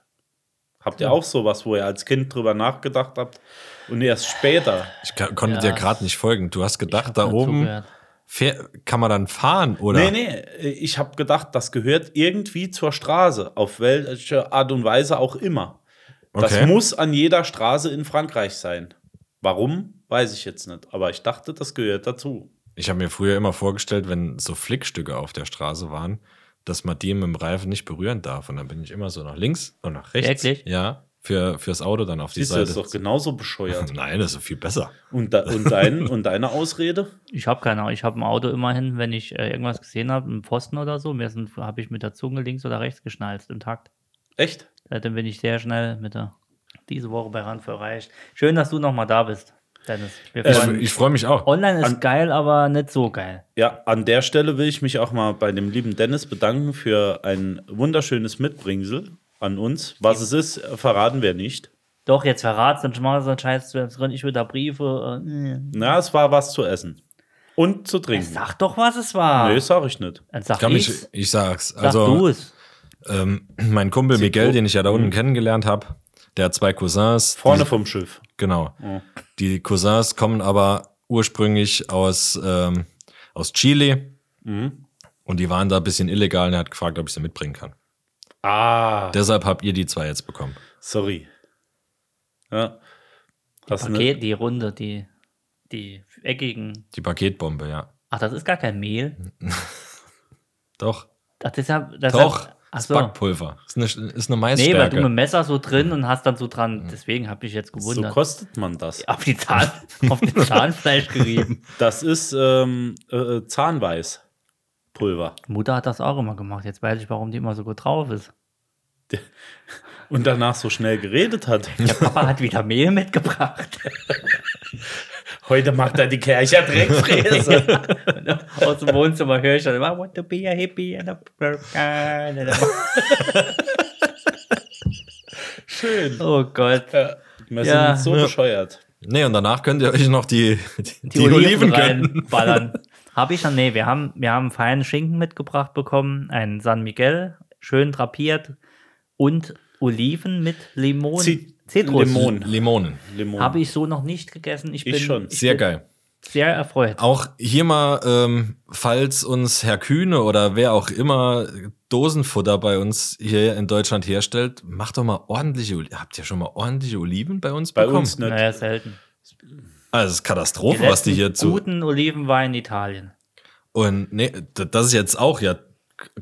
Speaker 3: Habt ihr auch sowas, wo ihr als Kind drüber nachgedacht habt und erst später?
Speaker 4: <laughs> Ich ka- konnte
Speaker 2: Ja.
Speaker 4: dir gerade nicht folgen. Du hast
Speaker 2: Ich hab
Speaker 4: gedacht, da
Speaker 2: nur
Speaker 4: oben
Speaker 2: zugehört.
Speaker 4: fähr- kann man dann fahren,
Speaker 3: Nee,
Speaker 4: oder?
Speaker 3: nee, ich habe gedacht, das gehört irgendwie zur Straße, auf welche Art und Weise auch immer. Das
Speaker 4: Okay.
Speaker 3: muss an jeder Straße in Frankreich sein. Warum, weiß ich jetzt nicht. Aber ich dachte, das gehört dazu.
Speaker 4: Ich habe mir früher immer vorgestellt, wenn so Flickstücke auf der Straße waren, dass man die mit dem Reifen nicht berühren darf. Und dann bin ich immer so nach links und nach rechts.
Speaker 2: Wirklich?
Speaker 4: Ja, für, fürs Auto dann auf die
Speaker 3: Siehst du,
Speaker 4: Seite.
Speaker 3: das ist doch genauso
Speaker 4: <laughs>
Speaker 3: bescheuert.
Speaker 4: Nein, das ist viel besser.
Speaker 3: Und, da, und, dein, und deine Ausrede?
Speaker 2: Ich habe keine Ahnung. Ich habe ein Auto immerhin, wenn ich äh, irgendwas gesehen habe, einen Pfosten oder so, mir habe ich mit der Zunge links oder rechts geschnalzt im Takt.
Speaker 3: Echt?
Speaker 2: Seitdem bin ich sehr schnell mit der diese Woche bei Rand verreicht. Schön, dass du nochmal da bist, Dennis. Wir
Speaker 4: Ich,
Speaker 2: freuen-
Speaker 4: ich freue mich auch.
Speaker 2: Online ist
Speaker 3: Ähm, an-
Speaker 2: geil, aber nicht so geil.
Speaker 3: Ja, an der Stelle will ich mich auch mal bei dem lieben Dennis bedanken für ein wunderschönes Mitbringsel an uns. Was es ist, verraten wir nicht.
Speaker 2: Doch, jetzt verrat's und schmeiß den Scheiß zu drin. Ich will da Briefe.
Speaker 3: Hm.
Speaker 2: Äh,
Speaker 3: Na, es war was zu essen. Und zu trinken.
Speaker 2: sag doch, was es war.
Speaker 3: Nee, sag ich nicht.
Speaker 2: Dann sag
Speaker 4: Ich, kann
Speaker 2: ich's.
Speaker 4: mich, ich sag's.
Speaker 2: Sag du
Speaker 4: Also,
Speaker 2: es.
Speaker 4: ähm, <clears throat> mein Kumpel Miguel, den ich ja da unten kennengelernt habe, der hat zwei Cousins.
Speaker 3: Vorne vom Schiff.
Speaker 4: Genau. Die Cousins kommen aber ursprünglich aus, ähm, aus Chile. Und die waren da ein bisschen illegal und er hat gefragt, ob ich sie mitbringen kann.
Speaker 3: Ah,
Speaker 4: Deshalb habt ihr die zwei jetzt bekommen.
Speaker 3: sorry. Ja. Hast ne-
Speaker 2: Paket, die Runde, die, die eckigen.
Speaker 4: Die Paketbombe, ja.
Speaker 2: Ach, das ist gar kein Mehl.
Speaker 4: Doch.
Speaker 2: Ach, deshalb, deshalb,
Speaker 4: Doch.
Speaker 2: Ach
Speaker 4: Ist
Speaker 2: so.
Speaker 4: Backpulver. Ist eine, ist eine
Speaker 2: Nee, weil du
Speaker 4: Maisstärke.
Speaker 2: mit dem Messer so drin und hast dann so dran. Deswegen habe ich jetzt
Speaker 3: Hm. So
Speaker 2: gewundert.
Speaker 3: kostet man das.
Speaker 2: auf die Zahn, <laughs> auf den Zahnfleisch gerieben.
Speaker 3: Das ist ähm, äh, Zahnweißpulver.
Speaker 2: Mutter hat das auch immer gemacht. Jetzt weiß ich, warum die immer so gut drauf ist.
Speaker 3: Und danach so schnell geredet hat.
Speaker 2: Der Papa hat wieder Mehl mitgebracht. <laughs>
Speaker 3: Heute macht er die Kercher Dreckfräse.
Speaker 2: Aus dem Wohnzimmer höre ich dann immer, I want to be a hippie and a broken. <laughs>
Speaker 3: Schön.
Speaker 2: Oh Gott.
Speaker 3: <laughs> Wir
Speaker 2: Ja.
Speaker 3: sind so bescheuert.
Speaker 4: nee, und danach könnt ihr euch noch die, die,
Speaker 2: Die, Oliven,
Speaker 4: gönnen.
Speaker 2: reinballern. Habe ich schon? Nee, wir haben, wir haben feinen Schinken mitgebracht bekommen, einen San Miguel, schön drapiert und Oliven mit Limon.
Speaker 3: Zit-
Speaker 2: Zitrus.
Speaker 3: Limon.
Speaker 4: Limonen.
Speaker 3: Limon.
Speaker 2: Habe ich so noch nicht gegessen. Ich,
Speaker 3: Ich
Speaker 2: bin
Speaker 3: schon.
Speaker 4: Sehr
Speaker 2: bin
Speaker 4: geil.
Speaker 2: Sehr erfreut.
Speaker 4: Auch hier mal, ähm, falls uns Herr Kühne oder wer auch immer Dosenfutter bei uns hier in Deutschland herstellt, macht doch mal ordentliche Oliven. Habt ihr schon mal ordentliche Oliven bei uns
Speaker 3: Bei
Speaker 4: bekommen?
Speaker 3: uns nicht.
Speaker 2: Naja, selten.
Speaker 4: Also, das ist Katastrophe, was die
Speaker 2: letzten
Speaker 4: hier zu.
Speaker 2: Guten Olivenwein in Italien.
Speaker 4: Und nee, d- das ist jetzt auch ja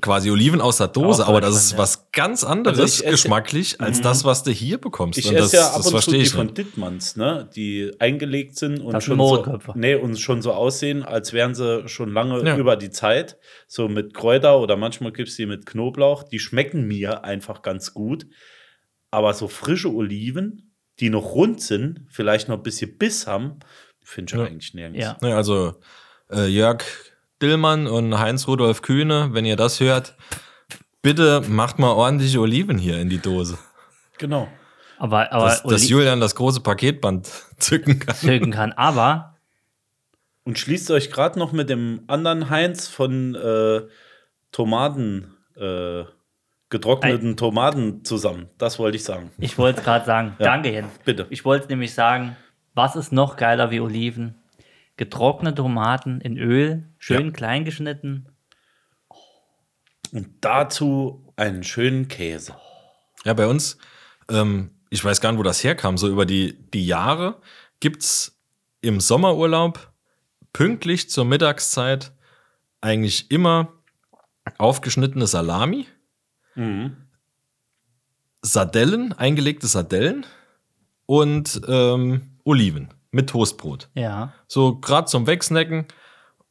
Speaker 4: quasi Oliven aus der Dose,
Speaker 2: Aus
Speaker 4: aber das ist
Speaker 2: Deutschland,
Speaker 4: was ganz anderes
Speaker 3: Also ich esse- Mhm.
Speaker 4: geschmacklich als das, was du hier bekommst.
Speaker 3: Ich
Speaker 4: Und das,
Speaker 3: esse ja ab
Speaker 4: das
Speaker 3: und zu
Speaker 4: verstehe
Speaker 3: die
Speaker 4: ich
Speaker 3: von
Speaker 4: nicht.
Speaker 3: Dittmanns, ne? die eingelegt sind und,
Speaker 2: Das sind
Speaker 3: schon so,
Speaker 2: Mohrenköpfe.
Speaker 3: nee, und schon so aussehen, als wären sie schon lange
Speaker 4: Ja.
Speaker 3: über die Zeit. So mit Kräuter oder manchmal gibt es die mit Knoblauch. Die schmecken mir einfach ganz gut. Aber so frische Oliven, die noch rund sind, vielleicht noch ein bisschen Biss haben, finde ich
Speaker 4: Ja.
Speaker 3: eigentlich nirgends.
Speaker 2: Ja.
Speaker 4: Ja, also äh, Jörg Dillmann und Heinz Rudolf Kühne, wenn ihr das hört, bitte macht mal ordentliche Oliven hier in die Dose.
Speaker 3: Genau.
Speaker 2: Aber, aber
Speaker 4: Dass, dass
Speaker 2: Oliven
Speaker 4: Julian das große Paketband <laughs> zücken kann.
Speaker 2: zögen kann. Aber
Speaker 3: Und schließt euch gerade noch mit dem anderen Heinz von äh, Tomaten, äh, getrockneten Tomaten zusammen. Das wollte ich sagen.
Speaker 2: ich wollte es gerade
Speaker 4: <laughs>
Speaker 2: sagen. Danke, Jens.
Speaker 3: bitte.
Speaker 2: Ich wollte nämlich sagen, was ist noch geiler wie Oliven? Getrocknete Tomaten in Öl, schön klein geschnitten.
Speaker 3: Und dazu einen schönen Käse.
Speaker 4: Ja, bei uns, ähm, ich weiß gar nicht, wo das herkam, so über die, die Jahre gibt's im Sommerurlaub pünktlich zur Mittagszeit eigentlich immer aufgeschnittene Salami, Sardellen, eingelegte Sardellen und ähm, Oliven mit Toastbrot.
Speaker 2: Ja.
Speaker 4: So gerade zum Wegsnacken.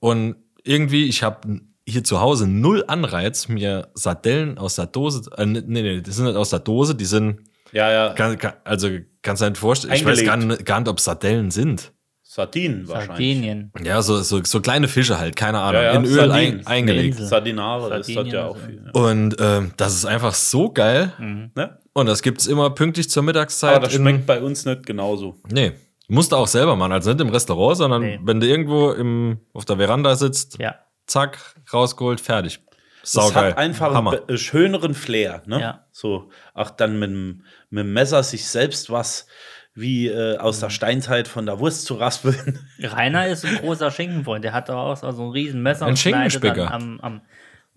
Speaker 4: Und irgendwie, ich habe hier zu Hause null Anreiz, mir Sardellen aus der Dose, äh, nee, nee, die sind nicht aus der Dose, die sind,
Speaker 3: Ja, ja.
Speaker 4: kann, kann, also kannst du dir nicht vorstellen, ich weiß
Speaker 3: Eingelegt.
Speaker 4: gar nicht, gar nicht, ob Sardellen sind.
Speaker 3: Sardinen wahrscheinlich.
Speaker 2: Sardinien.
Speaker 4: Ja, so, so, so kleine Fische halt, keine Ahnung,
Speaker 3: Ja, ja,
Speaker 4: in Öl
Speaker 3: Sardinen.
Speaker 4: ein, eingelegt.
Speaker 2: Insel.
Speaker 3: Sardinare ist das
Speaker 2: Sardinien
Speaker 3: ja
Speaker 2: oder
Speaker 3: auch
Speaker 2: so.
Speaker 3: viel. Ja.
Speaker 4: Und ähm, das ist einfach so geil.
Speaker 3: Ne?
Speaker 4: Und das gibt's immer pünktlich zur Mittagszeit.
Speaker 3: Aber das
Speaker 4: in-
Speaker 3: schmeckt bei uns nicht genauso.
Speaker 4: Nee. Musst du auch selber machen. Also nicht im Restaurant, sondern
Speaker 2: Nee.
Speaker 4: wenn du irgendwo im, auf der Veranda sitzt,
Speaker 2: Ja.
Speaker 4: zack, rausgeholt, fertig.
Speaker 3: Es
Speaker 4: Saugeil.
Speaker 3: hat einfach einen
Speaker 4: Hammer.
Speaker 3: be- äh, schöneren Flair. Ne?
Speaker 2: Ja.
Speaker 3: So, ach, dann mit dem, mit dem Messer sich selbst was wie äh, aus
Speaker 4: Mhm.
Speaker 3: der Steinzeit von der Wurst zu raspeln. <laughs>
Speaker 2: Rainer ist ein großer Schinkenfreund. Der hat da auch so ein riesen Messer
Speaker 4: Ein
Speaker 2: und schneidet dann
Speaker 4: Schinkenspicker.
Speaker 2: am, am,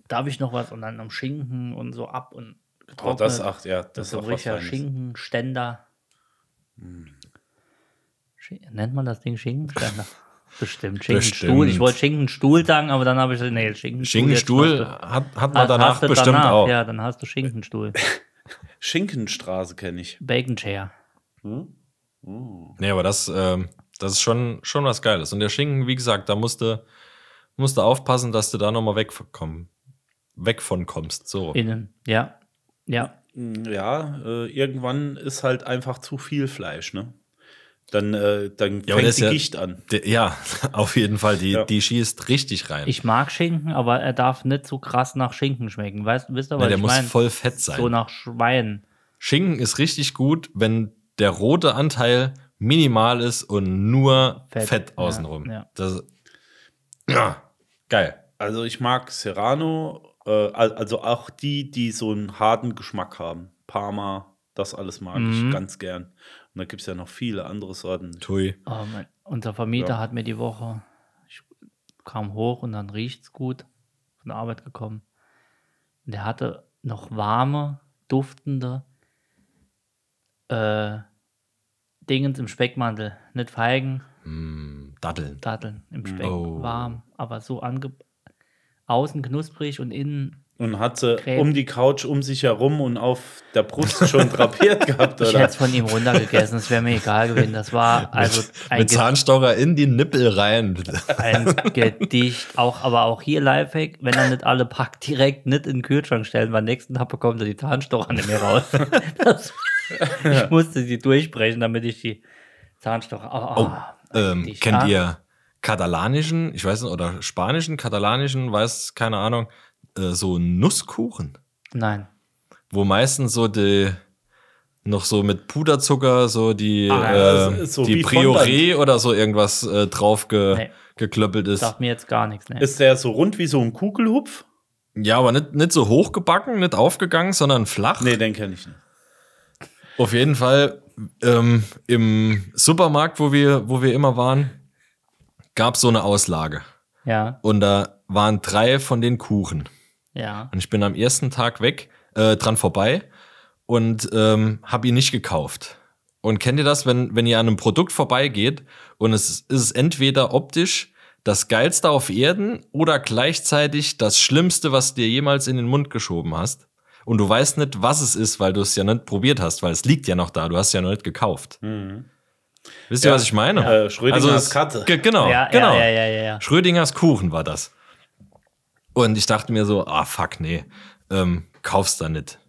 Speaker 2: darf ich noch was und dann am Schinken und so ab und
Speaker 3: Oh, das acht, ja, das
Speaker 2: Das
Speaker 3: ist
Speaker 2: so ein
Speaker 3: auch was
Speaker 2: richtiger
Speaker 3: Feines. Hm.
Speaker 2: Schinkenständer. Schi- Nennt man das Ding Schinkenständer?
Speaker 3: <laughs>
Speaker 2: Bestimmt, Schinkenstuhl. Ich
Speaker 4: Bestimmt.
Speaker 2: wollte Schinkenstuhl sagen, aber dann habe ich nee, Schinkenstuhl.
Speaker 4: Schinkenstuhl Ah,
Speaker 2: jetzt hast du-
Speaker 4: hat, hat man
Speaker 2: hast-
Speaker 4: danach
Speaker 2: hast du
Speaker 4: bestimmt
Speaker 2: danach,
Speaker 4: auch.
Speaker 2: Ja, dann hast du
Speaker 4: <laughs>
Speaker 2: Schinkenstuhl.
Speaker 3: Schinkenstraße kenne ich.
Speaker 2: Bacon Chair.
Speaker 4: Nee, aber das, ähm, das ist schon, schon was Geiles. Und der Schinken, wie gesagt, da musst du, musst du aufpassen, dass du da nochmal weg, komm, weg von kommst. So.
Speaker 2: Innen. Ja. Ja.
Speaker 3: Ja, äh, irgendwann ist halt einfach zu viel Fleisch, ne? Dann, äh, dann
Speaker 4: Ja, aber der
Speaker 3: fängt
Speaker 4: ist
Speaker 3: die
Speaker 4: ja-
Speaker 3: Gicht an.
Speaker 4: Der- ja, <laughs> auf jeden Fall. Die,
Speaker 3: Ja.
Speaker 4: die schießt richtig rein.
Speaker 2: Ich mag Schinken, aber er darf nicht so krass nach Schinken schmecken. Weißt, wisst ihr,
Speaker 4: nee,
Speaker 2: was
Speaker 4: der
Speaker 2: ich
Speaker 4: muss
Speaker 2: meine?
Speaker 4: voll fett sein.
Speaker 2: So nach Schwein.
Speaker 4: Schinken ist richtig gut, wenn der rote Anteil minimal ist und nur
Speaker 2: Fett,
Speaker 4: Fett, außenrum.
Speaker 2: ja, ja.
Speaker 4: Das, ja, geil.
Speaker 3: Also ich mag Serrano, äh, al- also auch die, die so einen harten Geschmack haben. Parma, das alles mag
Speaker 4: Mhm.
Speaker 3: ich ganz gern. Und da gibt es ja noch viele andere Sorten.
Speaker 4: Tui.
Speaker 2: Oh, mein, unser Vermieter
Speaker 3: Ja.
Speaker 2: hat mir die Woche, ich kam hoch und dann riecht's gut, von der Arbeit gekommen. Und der hatte noch warme, duftende äh, Dingens im Speckmantel. Nicht Feigen,
Speaker 4: Hm, Datteln.
Speaker 2: Datteln im Speck.
Speaker 4: Oh.
Speaker 2: Warm, aber so ange außen knusprig und innen.
Speaker 3: Und hat sie
Speaker 2: Creme.
Speaker 3: um die Couch um sich herum und auf der Brust schon
Speaker 4: <laughs>
Speaker 3: drapiert gehabt,
Speaker 2: Ich hätte
Speaker 3: oder?
Speaker 2: es von ihm runtergegessen, es wäre mir egal gewesen. Das war also ein
Speaker 4: Mit
Speaker 2: Ge-
Speaker 4: Zahnstocher in die Nippel rein.
Speaker 2: ein Gedicht. Auch, aber auch hier Lifehack, wenn er nicht alle packt, direkt nicht in den Kühlschrank stellen, weil am nächsten Tag bekommt er die Zahnstocher nicht mehr
Speaker 4: <laughs>
Speaker 2: raus. Das, ich musste sie durchbrechen, damit ich die Zahnstocher. Oh, oh, ein
Speaker 4: ähm,
Speaker 2: Gedicht.
Speaker 4: kennt
Speaker 2: Ah,
Speaker 4: ihr katalanischen, ich weiß nicht, oder spanischen, katalanischen, weiß, keine Ahnung, äh, so Nusskuchen,
Speaker 2: Nein.
Speaker 4: wo meistens so die noch so mit Puderzucker, so die,
Speaker 3: Ah,
Speaker 4: äh,
Speaker 3: das ist so
Speaker 4: die
Speaker 3: wie
Speaker 4: Prioré oder so irgendwas äh, drauf ge
Speaker 2: Nee.
Speaker 4: geklöppelt ist.
Speaker 2: Sagt mir jetzt gar nichts. Ne?
Speaker 3: Ist der so rund wie so ein Kugelhupf?
Speaker 4: Ja, aber nicht, nicht so hochgebacken, nicht aufgegangen, sondern flach.
Speaker 3: Nee, den kenne ich nicht.
Speaker 4: Auf jeden Fall ähm, im Supermarkt, wo wir, wo wir immer waren, gab es so eine Auslage.
Speaker 2: Ja,
Speaker 4: Und da waren drei von den Kuchen.
Speaker 2: ja.
Speaker 4: Und ich bin am ersten Tag weg, äh, dran vorbei und ähm, habe ihn nicht gekauft. Und kennt ihr das, wenn, wenn ihr an einem Produkt vorbeigeht und es ist es entweder optisch das Geilste auf Erden oder gleichzeitig das Schlimmste, was dir jemals in den Mund geschoben hast? Und du weißt nicht, was es ist, weil du es ja nicht probiert hast, weil es liegt ja noch da, du hast ja noch nicht gekauft. Wisst ihr,
Speaker 3: Mhm. Ja.
Speaker 4: was ich meine? Also
Speaker 3: Äh, Schrödingers
Speaker 4: es-
Speaker 3: Katze.
Speaker 4: ge- Genau,
Speaker 2: ja,
Speaker 4: genau.
Speaker 2: ja, ja, ja, ja.
Speaker 4: Schrödingers Kuchen war das. Und ich dachte mir so, ah fuck, nee, ähm, kauf's da nicht.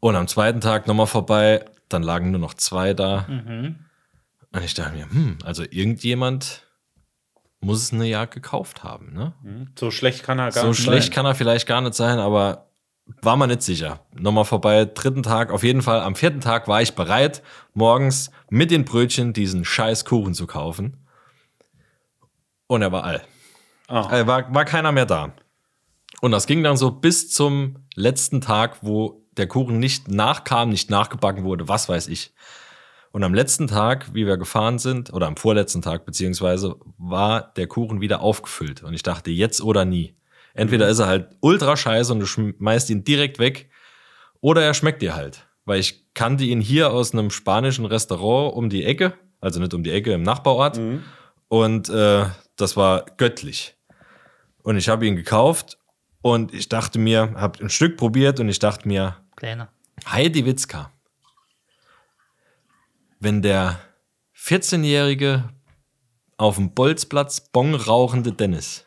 Speaker 4: Und am zweiten Tag nochmal vorbei, dann lagen nur noch zwei da. Und ich dachte mir, hm, also irgendjemand muss es eine Jahr gekauft haben, ne?
Speaker 3: So schlecht kann er gar
Speaker 4: so
Speaker 3: nicht
Speaker 4: schlecht
Speaker 3: sein.
Speaker 4: kann er vielleicht gar nicht sein, aber war man nicht sicher. Nochmal vorbei, dritten Tag, auf jeden Fall. Am vierten Tag war ich bereit, morgens mit den Brötchen diesen scheiß Kuchen zu kaufen. Und er war all.
Speaker 3: Ah.
Speaker 4: Äh, war, war keiner mehr da. Und das ging dann so bis zum letzten Tag, wo der Kuchen nicht nachkam, nicht nachgebacken wurde, was weiß ich. Und am letzten Tag, wie wir gefahren sind, oder am vorletzten Tag beziehungsweise, war der Kuchen wieder aufgefüllt. Und ich dachte, jetzt oder nie. Entweder ist er halt ultra scheiße und du schmeißt ihn direkt weg, oder er schmeckt dir halt. Weil ich kannte ihn hier aus einem spanischen Restaurant um die Ecke, also nicht um die Ecke, im Nachbarort. Und äh, das war göttlich. Und ich habe ihn gekauft und ich dachte mir, habe ein Stück probiert und ich dachte mir,
Speaker 2: Kleiner.
Speaker 4: Heidi Witzka. Wenn der 14-jährige auf dem Bolzplatz Bon rauchende Dennis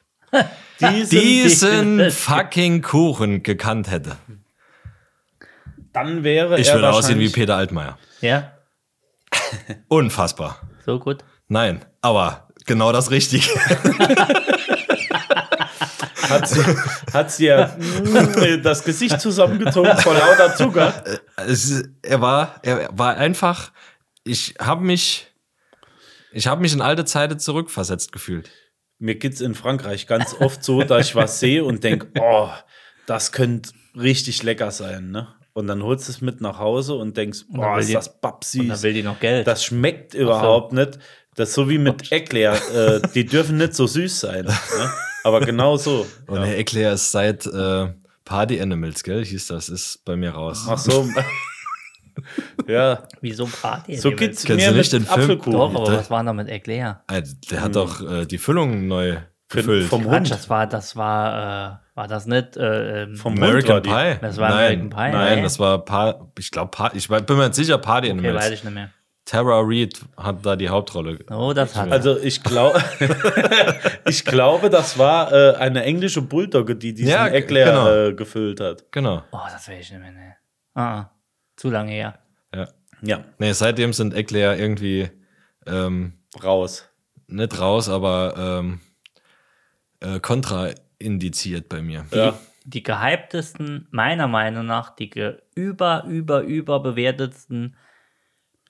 Speaker 3: Diesen, <laughs>
Speaker 4: diesen fucking Kuchen gekannt hätte,
Speaker 3: dann wäre
Speaker 4: ich
Speaker 3: er
Speaker 4: würde aussehen wie
Speaker 3: wahrscheinlich-
Speaker 4: Peter Altmaier.
Speaker 2: Ja,
Speaker 4: Unfassbar.
Speaker 2: so gut.
Speaker 4: Nein, aber genau das Richtige.
Speaker 3: hat sie, hat sie
Speaker 4: <laughs>
Speaker 3: ja äh, das Gesicht zusammengezogen vor lauter Zucker.
Speaker 4: <laughs> es, ist- er war, er war einfach. Ich habe mich, ich habe mich in alte Zeiten zurückversetzt gefühlt.
Speaker 3: Mir geht's in Frankreich ganz oft so, dass ich was sehe und denk, oh, das könnte richtig lecker sein, ne? Und dann holst du es mit nach Hause und denkst,
Speaker 2: dann
Speaker 3: oh,
Speaker 2: will
Speaker 3: ist
Speaker 2: die-
Speaker 3: das
Speaker 2: Und dann
Speaker 3: babsüß.
Speaker 2: will die noch Geld.
Speaker 3: Das schmeckt überhaupt nicht. Das ist so wie mit Eclair. Äh,
Speaker 4: <laughs>
Speaker 3: die dürfen nicht so süß sein. Ne? Aber genau so.
Speaker 4: Und Herr Eckler ist seit äh, Party Animals, gell? Hieß das, ist bei mir raus.
Speaker 3: Ach
Speaker 4: <laughs>
Speaker 3: so. ja,
Speaker 2: Wieso Party?
Speaker 3: so geht's
Speaker 4: Genau. Kennst
Speaker 3: mir
Speaker 4: du nicht
Speaker 3: mit
Speaker 4: den Film?
Speaker 3: Apfelkuchen.
Speaker 2: Doch, aber
Speaker 4: Bitte?
Speaker 2: was war da mit Eclair?
Speaker 4: Ah, Der hat doch äh, die Füllung neu
Speaker 3: Hm. Für-
Speaker 4: gefüllt.
Speaker 3: Vom
Speaker 2: Quatsch,
Speaker 3: Hund.
Speaker 2: das war, das war, äh, war das nicht, äh, ähm,
Speaker 3: Vom Hund war
Speaker 4: American
Speaker 3: die.
Speaker 4: Pie.
Speaker 2: Das war
Speaker 4: nein,
Speaker 2: American Pie,
Speaker 4: Nein,
Speaker 2: ne?
Speaker 4: das war pa ich glaube Party. Ich bin mir nicht sicher, Party
Speaker 2: okay, weiß
Speaker 4: Animals.
Speaker 2: ich nicht mehr.
Speaker 4: Tara Reid hat da die Hauptrolle.
Speaker 2: Oh, das hat
Speaker 3: Also ich
Speaker 4: <laughs>
Speaker 3: glaube, <laughs> ich glaube, das war äh, eine englische Bulldogge, die diesen
Speaker 4: Ja, g-
Speaker 3: Eclair
Speaker 4: genau.
Speaker 3: äh, gefüllt hat.
Speaker 4: Genau.
Speaker 2: Oh, das weiß ich nicht mehr, ne. Ah, ah. zu lange her.
Speaker 4: Ja.
Speaker 3: Ja,
Speaker 4: Nee, seitdem sind Eclair irgendwie ähm,
Speaker 3: raus.
Speaker 4: nicht raus, aber ähm, äh, kontraindiziert bei mir.
Speaker 3: Ja.
Speaker 2: Die gehyptesten, meiner Meinung nach, die ge- über, über, über bewertetsten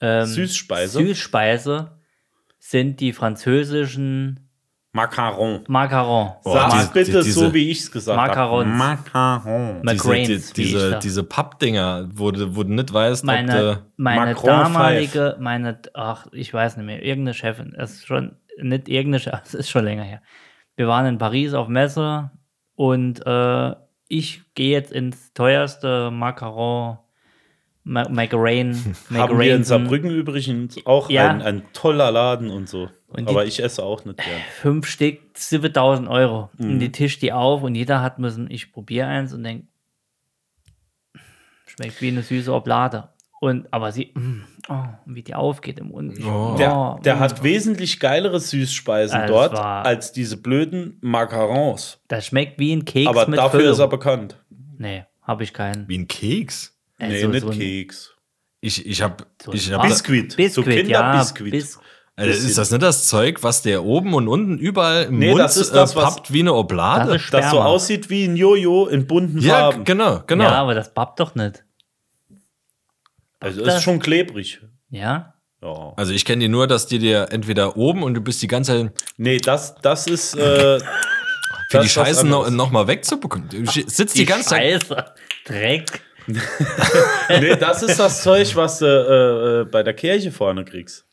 Speaker 2: ähm,
Speaker 3: Süßspeise.
Speaker 2: Süßspeise sind die französischen
Speaker 3: Macaron.
Speaker 2: Macarons.
Speaker 4: Boah,
Speaker 3: Sag's
Speaker 4: diese-
Speaker 3: bitte
Speaker 4: diese-
Speaker 3: so, wie ich es gesagt habe.
Speaker 2: Macarons.
Speaker 3: Macaron.
Speaker 4: Diese,
Speaker 2: Macranes,
Speaker 4: die,
Speaker 2: wie ich
Speaker 4: diese,
Speaker 2: sag.
Speaker 4: diese Pappdinger, wo du, wo du nicht weißt, ob
Speaker 2: meine,
Speaker 4: du,
Speaker 2: meine
Speaker 3: Macron
Speaker 2: damalige, meine, ach, ich weiß nicht mehr, irgendeine Chefin, das ist schon, nicht irgendeine <laughs> Chefin, das ist schon länger her. Wir waren in Paris auf Messe und äh, ich gehe jetzt ins teuerste Macaron, Ma Macaron,
Speaker 3: <laughs> Haben wir in
Speaker 2: Macaron,
Speaker 3: Saarbrücken übrigens auch
Speaker 2: Ja.
Speaker 3: ein, ein toller Laden und so.
Speaker 2: Und die-
Speaker 3: Aber ich esse auch nicht gern.
Speaker 2: fünf Stück, 7000 Euro. Und
Speaker 3: Mhm.
Speaker 2: die tisch die auf und jeder hat müssen, ich probiere eins und denke, schmeckt wie eine süße Oblade. Und, aber sie, mm, oh, wie die aufgeht im Mund. Ich,
Speaker 4: Oh.
Speaker 3: Der, der
Speaker 2: mm.
Speaker 3: hat wesentlich geilere Süßspeisen
Speaker 2: Das
Speaker 3: dort
Speaker 2: Also war-
Speaker 3: als diese blöden Macarons.
Speaker 2: Das schmeckt wie ein Keks
Speaker 3: Aber
Speaker 2: mit
Speaker 3: dafür
Speaker 2: Füllung.
Speaker 3: ist er bekannt.
Speaker 2: Nee, habe ich keinen.
Speaker 4: wie ein Keks.
Speaker 3: Nee,
Speaker 2: Also
Speaker 3: nicht
Speaker 2: so ein-
Speaker 3: Keks.
Speaker 4: Ich, ich habe,
Speaker 2: So ein
Speaker 4: ich hab,
Speaker 2: Bar-
Speaker 4: also,
Speaker 3: Biskuit. So
Speaker 2: Biskuit, ja.
Speaker 3: Kinderbiskuit.
Speaker 2: Bis,
Speaker 4: Äh, ist das nicht das Zeug, was der oben und unten überall im
Speaker 3: Nee,
Speaker 4: Mund
Speaker 3: das ist das,
Speaker 4: äh,
Speaker 3: was-
Speaker 4: pappt wie eine Oblade?
Speaker 2: Das ist
Speaker 3: Das so
Speaker 2: Sperma.
Speaker 3: aussieht wie ein Jojo in bunten
Speaker 4: ja,
Speaker 3: Farben.
Speaker 4: genau, genau.
Speaker 2: Ja, aber das pappt doch nicht.
Speaker 3: Also es
Speaker 2: Das-
Speaker 3: ist schon klebrig.
Speaker 2: Ja?
Speaker 3: Ja.
Speaker 4: Also ich kenne die nur, dass die dir entweder oben und du bist die ganze Zeit
Speaker 3: Nee, das, das ist. Äh,
Speaker 4: für
Speaker 3: das
Speaker 4: die
Speaker 3: ist was
Speaker 4: Scheiße noch,
Speaker 3: anderes.
Speaker 4: noch mal wegzubekommen. Du sch- sitzt die, ganze Zeit.
Speaker 2: Scheiße. Dreck.
Speaker 3: Nee, das ist das Zeug, was du äh, äh, bei der Kirche
Speaker 2: <laughs>
Speaker 3: vorne kriegst.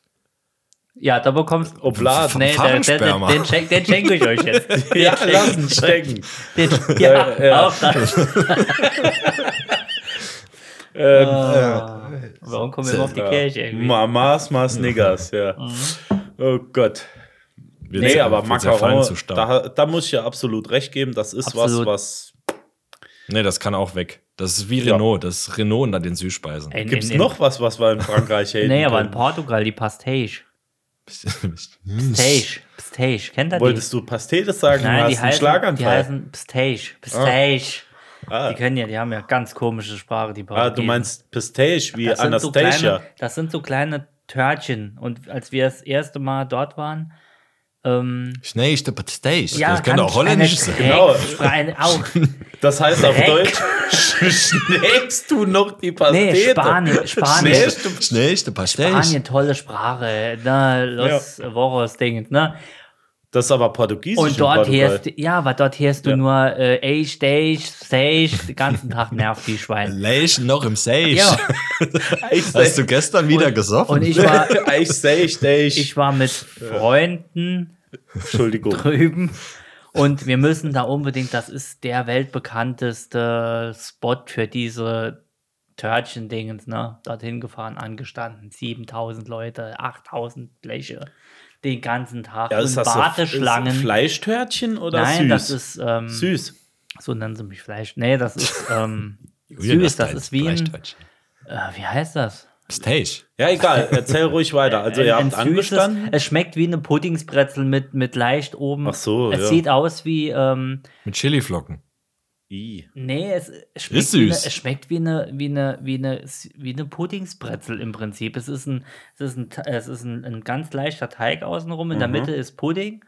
Speaker 2: Ja, da bekommst du.
Speaker 3: Obladen.
Speaker 2: Nee, der, der, der,
Speaker 4: Pfannensperma.
Speaker 2: den, schenk, den schenke ich euch jetzt.
Speaker 3: <laughs>
Speaker 2: Den
Speaker 3: Ja,
Speaker 2: schenk-
Speaker 3: lassen stecken.
Speaker 2: Den, ja,
Speaker 3: Ja, ja.
Speaker 2: auch das.
Speaker 3: <laughs> Ähm,
Speaker 2: Ah. Warum kommen wir immer auf die
Speaker 3: ja.
Speaker 2: Kirche irgendwie? Mhm.
Speaker 3: Mamas, Mas, Niggas, ja. Oh Gott.
Speaker 4: Wird's-
Speaker 3: Nee, aber
Speaker 4: wird's zerfallen
Speaker 3: Macaron,
Speaker 4: zu Staub.
Speaker 3: da, da muss ich ja absolut recht geben. Das ist
Speaker 2: Absolut.
Speaker 3: was, was.
Speaker 4: Nee, das kann auch weg. Das ist wie
Speaker 3: Ja.
Speaker 4: Renault, das ist Renault unter den Süßspeisen. <laughs>
Speaker 2: In-
Speaker 3: Gibt's
Speaker 2: in- in-
Speaker 3: noch was, was wir in Frankreich
Speaker 2: <laughs>
Speaker 3: hätten?
Speaker 2: Nee, aber in
Speaker 3: können?
Speaker 2: Portugal, die Pastéis.
Speaker 4: Steak.
Speaker 2: Pastéis. Pastéis. Kennt ihr die?
Speaker 3: Wolltest du Pastetes sagen? du
Speaker 2: Nein,
Speaker 3: hast
Speaker 2: die
Speaker 3: einen
Speaker 2: heißen, die
Speaker 3: Schlaganfall.
Speaker 2: heißen Pstage. Pstage.
Speaker 3: Ah.
Speaker 2: Die können ja, die haben ja ganz komische Sprache, die
Speaker 3: ah, du
Speaker 2: Portugiesen.
Speaker 3: meinst Pistache wie
Speaker 2: das sind, so kleine,
Speaker 3: Anastasia.
Speaker 2: das sind so kleine Törtchen. Und als wir das erste Mal dort waren, ähm,
Speaker 4: Schnee ist der Steak.
Speaker 2: ja,
Speaker 4: das kann auch holländisch sein.
Speaker 3: Genau.
Speaker 2: Genau.
Speaker 3: <laughs>
Speaker 2: Auch,
Speaker 3: das heißt auf
Speaker 2: Dreck.
Speaker 3: Deutsch, <laughs> schlägst du noch die Pastete?
Speaker 2: nee, Spanisch.
Speaker 4: Schnee
Speaker 2: Spanisch.
Speaker 4: ist <laughs> der- Schnee ist der Pastete.
Speaker 2: Spanien, tolle Sprache. Na, Los Woros, Ding. Ne?
Speaker 3: Das ist aber Portugiesisch in
Speaker 2: Und dort
Speaker 3: Portugal.
Speaker 2: hörst du, ja, aber dort hörst du
Speaker 3: Ja.
Speaker 2: nur äh, ey, Stage, Stage, den ganzen Tag nervt die Schweine.
Speaker 4: <laughs> Leisch noch im Seich.
Speaker 2: Ja.
Speaker 4: <laughs> Hast du gestern wieder gesoffen?
Speaker 2: Und <laughs> ich war,
Speaker 3: ich sehe, ich sehe,
Speaker 2: ich war mit Freunden
Speaker 3: Entschuldigung.
Speaker 2: drüben und wir müssen da unbedingt, das ist der weltbekannteste Spot für diese Törtchen-Dingens, ne? Dorthin gefahren, angestanden, 7000 Leute, 8000 Bleche, den ganzen Tag
Speaker 3: Ja, ist
Speaker 2: und
Speaker 3: das so,
Speaker 2: Warteschlangen.
Speaker 3: ist Fleischtörtchen oder
Speaker 2: Nein,
Speaker 3: süß?
Speaker 2: das ist ähm,
Speaker 3: süß.
Speaker 2: So nennen sie mich Fleisch. Nee, das
Speaker 3: <laughs>
Speaker 2: ist ähm,
Speaker 4: Julian,
Speaker 2: süß, das
Speaker 4: dein
Speaker 2: ist wie ein,
Speaker 4: Fleischteutsch.
Speaker 2: äh, wie heißt das?
Speaker 4: Steak.
Speaker 3: Ja, egal,
Speaker 2: <laughs>
Speaker 3: erzähl ruhig weiter. Also ihr
Speaker 2: Ein- ein
Speaker 3: habt
Speaker 2: süßes-
Speaker 3: angestanden.
Speaker 2: Es schmeckt wie eine Puddingsbrezel mit, mit leicht oben.
Speaker 3: Ach so,
Speaker 2: Es
Speaker 3: ja.
Speaker 2: sieht aus wie, ähm,
Speaker 4: Mit Chiliflocken.
Speaker 3: I.
Speaker 2: nee, es schmeckt,
Speaker 4: Ist
Speaker 2: Wie, eine,
Speaker 4: süß.
Speaker 2: es schmeckt wie, eine, wie, eine, wie, eine, wie eine Puddingsbrezel im Prinzip. Es ist ein, es ist ein, Te- es ist ein, ein ganz leichter Teig außenrum, in
Speaker 3: Mhm.
Speaker 2: der Mitte ist Pudding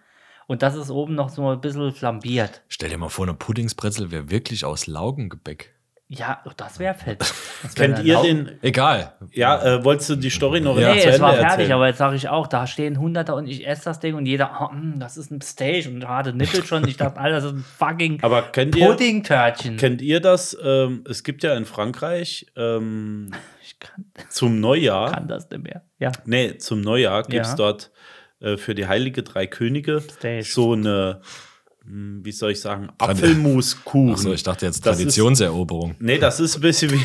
Speaker 2: und das ist oben noch so ein bisschen flambiert.
Speaker 4: Stell dir mal vor, eine Puddingsbrezel wäre wirklich aus Laugengebäck.
Speaker 2: Ja, oh, das wäre fett. Das wär
Speaker 3: <laughs> Kennt
Speaker 2: dann
Speaker 3: ihr
Speaker 2: auch-
Speaker 3: den?
Speaker 4: Egal.
Speaker 3: Ja, äh, wolltest du die Story noch
Speaker 4: Ja,
Speaker 3: ja,
Speaker 2: nee,
Speaker 3: zu
Speaker 2: es
Speaker 3: Ende
Speaker 2: war
Speaker 3: erzählen?
Speaker 2: fertig, aber jetzt sage ich auch, da stehen Hunderter und ich esse das Ding und jeder, oh, mh, das ist ein Stage und gerade nippelt schon. Ich dachte, Alter, das ist ein fucking
Speaker 3: <laughs> Aber kennt ihr-
Speaker 2: Pudding-Törtchen.
Speaker 3: Kennt ihr das? Ähm, es gibt ja in Frankreich ähm,
Speaker 2: ich kann,
Speaker 3: zum Neujahr.
Speaker 2: kann das nicht mehr. Ja,
Speaker 3: Nee, zum Neujahr gibt es
Speaker 2: Ja.
Speaker 3: dort äh, für die Heilige Drei Könige
Speaker 2: Stage.
Speaker 3: so eine hm, wie soll ich sagen, Apfelmuskuchen.
Speaker 4: Achso, ich dachte jetzt
Speaker 3: Das ist-
Speaker 4: Traditionseroberung.
Speaker 3: Nee, das ist ein bisschen wie,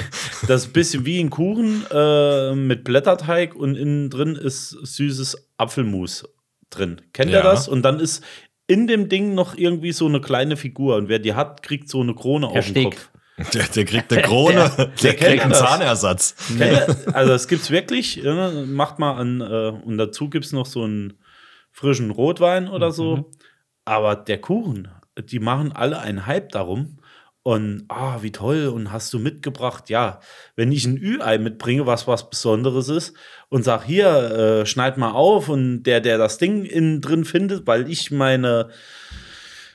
Speaker 3: das ist ein, bisschen wie ein Kuchen äh, mit Blätterteig und innen drin ist süßes Apfelmus drin. Kennt ihr
Speaker 4: Ja.
Speaker 3: das? Und dann ist in dem Ding noch irgendwie so eine kleine Figur und wer die hat, kriegt so eine Krone auf den
Speaker 2: Steg.
Speaker 3: Kopf.
Speaker 4: <laughs> Der, der kriegt eine Krone, der,
Speaker 3: kennt
Speaker 4: kriegt einen
Speaker 3: das.
Speaker 4: Zahnersatz.
Speaker 3: Kennt ihr? Also das gibt's wirklich. Ne? Macht mal an äh, und dazu gibt's noch so einen frischen Rotwein oder so.
Speaker 2: Mhm.
Speaker 3: Aber der Kuchen, die machen alle einen Hype darum. Und ah, wie toll, und hast du mitgebracht? Ja, wenn ich ein Ü-Ei mitbringe, was was Besonderes ist, und sag hier, äh, schneid mal auf, und der, der das Ding innen drin findet, weil ich meine,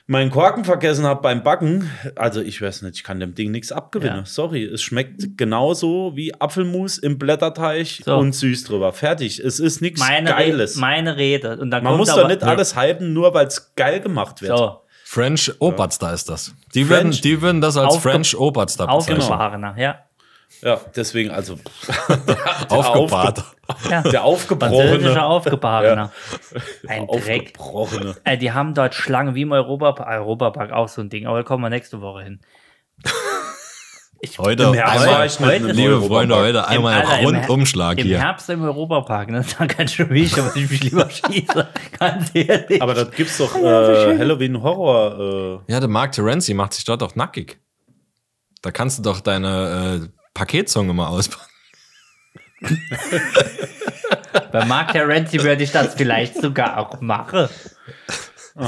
Speaker 3: meinen Korken vergessen habe beim Backen, also ich weiß nicht, ich kann dem Ding nichts abgewinnen.
Speaker 2: Ja.
Speaker 3: Sorry, es schmeckt genauso wie Apfelmus im Blätterteig
Speaker 2: So.
Speaker 3: und süß drüber. Fertig, es ist nichts
Speaker 2: Meine,
Speaker 3: Geiles.
Speaker 2: Re meine Rede. Und dann
Speaker 3: Man
Speaker 2: kommt
Speaker 3: muss
Speaker 2: aber,
Speaker 3: doch nicht alles hypen, nur weil es geil gemacht wird.
Speaker 2: so,
Speaker 4: French Oberster ist das. Die würden,
Speaker 3: French-
Speaker 4: die würden das als
Speaker 2: Aufge-
Speaker 4: French Oberster bezeichnen.
Speaker 2: aufgefahrener. Ja.
Speaker 3: Ja, deswegen, also <laughs>
Speaker 4: <laughs> Aufgebahrt.
Speaker 2: ja.
Speaker 3: der
Speaker 2: Französischer
Speaker 3: aufgebrochene.
Speaker 2: Aufgebahrener.
Speaker 3: <laughs>
Speaker 2: Ein Dreck.
Speaker 3: aufgebrochene.
Speaker 2: Äh, die haben dort Schlangen wie im Europa Europapark auch so ein Ding, aber da kommen wir nächste Woche hin.
Speaker 4: Heute,
Speaker 3: Im Herbst
Speaker 4: einmal,
Speaker 3: war ich nicht in den
Speaker 4: liebe
Speaker 3: Europapark.
Speaker 4: Freunde, heute einmal
Speaker 2: Alter, im Her-
Speaker 4: Rundumschlag
Speaker 2: Im
Speaker 4: hier.
Speaker 2: Herbst im Europapark, ne? <laughs> Da kann schon mich, aber ich mich lieber schieße. <laughs> Ganz ehrlich.
Speaker 3: Aber das gibt's doch äh, Halloween Horror. Äh,
Speaker 4: Ja, der Mark Terenzi macht sich dort auch nackig. Da kannst du doch deine äh, Paketzunge mal auspacken.
Speaker 2: bei Mark Terenzi würde ich das vielleicht sogar auch machen.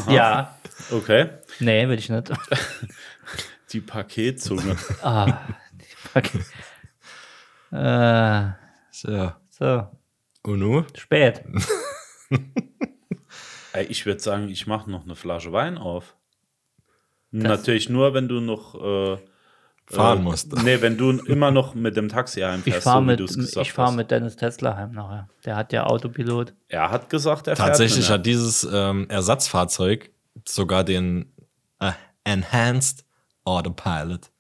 Speaker 2: Ja.
Speaker 3: äh, okay.
Speaker 2: Nee, würde ich nicht.
Speaker 3: Die
Speaker 4: <laughs>
Speaker 3: Paketzunge.
Speaker 2: Ah, okay. äh,
Speaker 4: So.
Speaker 2: so,
Speaker 4: Und nu?
Speaker 2: spät.
Speaker 3: Ey, Ich würde sagen, ich mache noch eine Flasche Wein auf. Natürlich nur, wenn du noch äh,
Speaker 4: Fahren
Speaker 3: äh,
Speaker 4: musst.
Speaker 3: Nee, wenn du immer noch mit dem Taxi heimfährst,
Speaker 4: Äh,
Speaker 2: Ich fahre
Speaker 3: so wie
Speaker 2: mit,
Speaker 3: du es gesagt
Speaker 2: ich fahr
Speaker 3: hast.
Speaker 2: mit Dennis Tesla heim nachher. Der hat ja Autopilot.
Speaker 3: Er hat gesagt, er
Speaker 4: Tatsächlich
Speaker 3: fährt ne?
Speaker 4: hat dieses ähm, Ersatzfahrzeug sogar den äh, Enhanced Autopilot.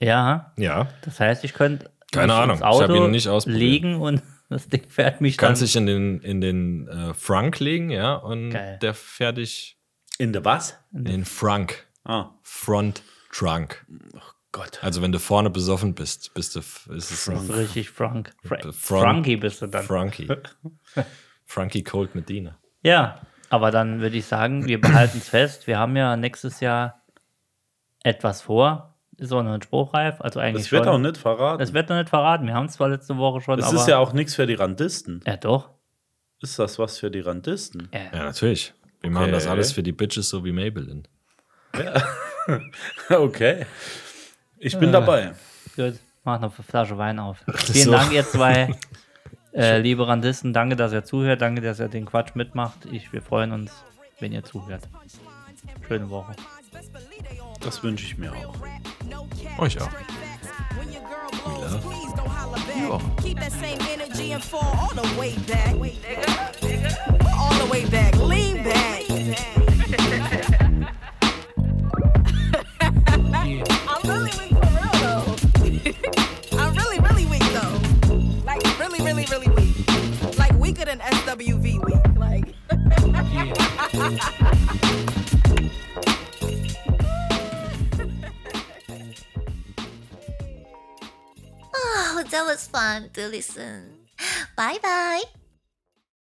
Speaker 2: Ja,
Speaker 4: Ja.
Speaker 2: das heißt, ich könnte
Speaker 4: Keine
Speaker 2: mich
Speaker 4: Ahnung,
Speaker 2: ins
Speaker 4: ich hab
Speaker 2: Auto
Speaker 4: ihn noch nicht ausprobiert.
Speaker 2: legen und <laughs> das Ding fährt mich
Speaker 4: Kannst
Speaker 2: dann.
Speaker 4: dich in den, in den äh, Frank legen, ja, und
Speaker 2: Geil.
Speaker 4: der fährt dich
Speaker 3: In der was?
Speaker 4: in den Frank.
Speaker 3: Ah,
Speaker 4: Front Trunk.
Speaker 3: Gott.
Speaker 4: Also wenn du vorne besoffen bist, bist du f- ist es ein
Speaker 2: Richtig, Frank. Fra
Speaker 4: Äh, Frank-
Speaker 2: Frankie bist du dann.
Speaker 3: <laughs>
Speaker 4: Frankie. Frankie Cold Medina.
Speaker 2: Ja, aber dann würde ich sagen, wir behalten es fest. Wir haben ja nächstes Jahr etwas vor. Ist auch noch nicht spruchreif. Also eigentlich
Speaker 3: Das wird
Speaker 2: schon.
Speaker 3: auch nicht verraten.
Speaker 2: Das wird noch nicht verraten. Wir haben es zwar letzte Woche schon,
Speaker 3: es
Speaker 2: aber.
Speaker 3: ist ja auch nichts für die Randisten.
Speaker 2: ja, doch.
Speaker 3: Ist das was für die Randisten?
Speaker 2: Ja.
Speaker 4: Ja, natürlich. Wir machen das
Speaker 3: Okay.
Speaker 4: alles für die Bitches so wie Maybelline.
Speaker 3: Okay. Ich bin dabei.
Speaker 2: Gut, mach noch eine Flasche Wein auf. Vielen
Speaker 4: so.
Speaker 2: Dank, ihr zwei. Äh, liebe Randisten, danke, dass ihr zuhört. Danke, dass ihr den Quatsch mitmacht. Ich, wir freuen uns, wenn ihr zuhört. Schöne Woche.
Speaker 3: Das wünsche ich mir auch.
Speaker 4: Euch auch.
Speaker 1: Keep that same energy and fall all the way back. All the way back. Lean back. I'm really weak for real though. I'm really, really weak though. Like really, really, really weak. Like weaker than SWV weak. Like.
Speaker 5: Oh, that was fun to listen. Bye bye.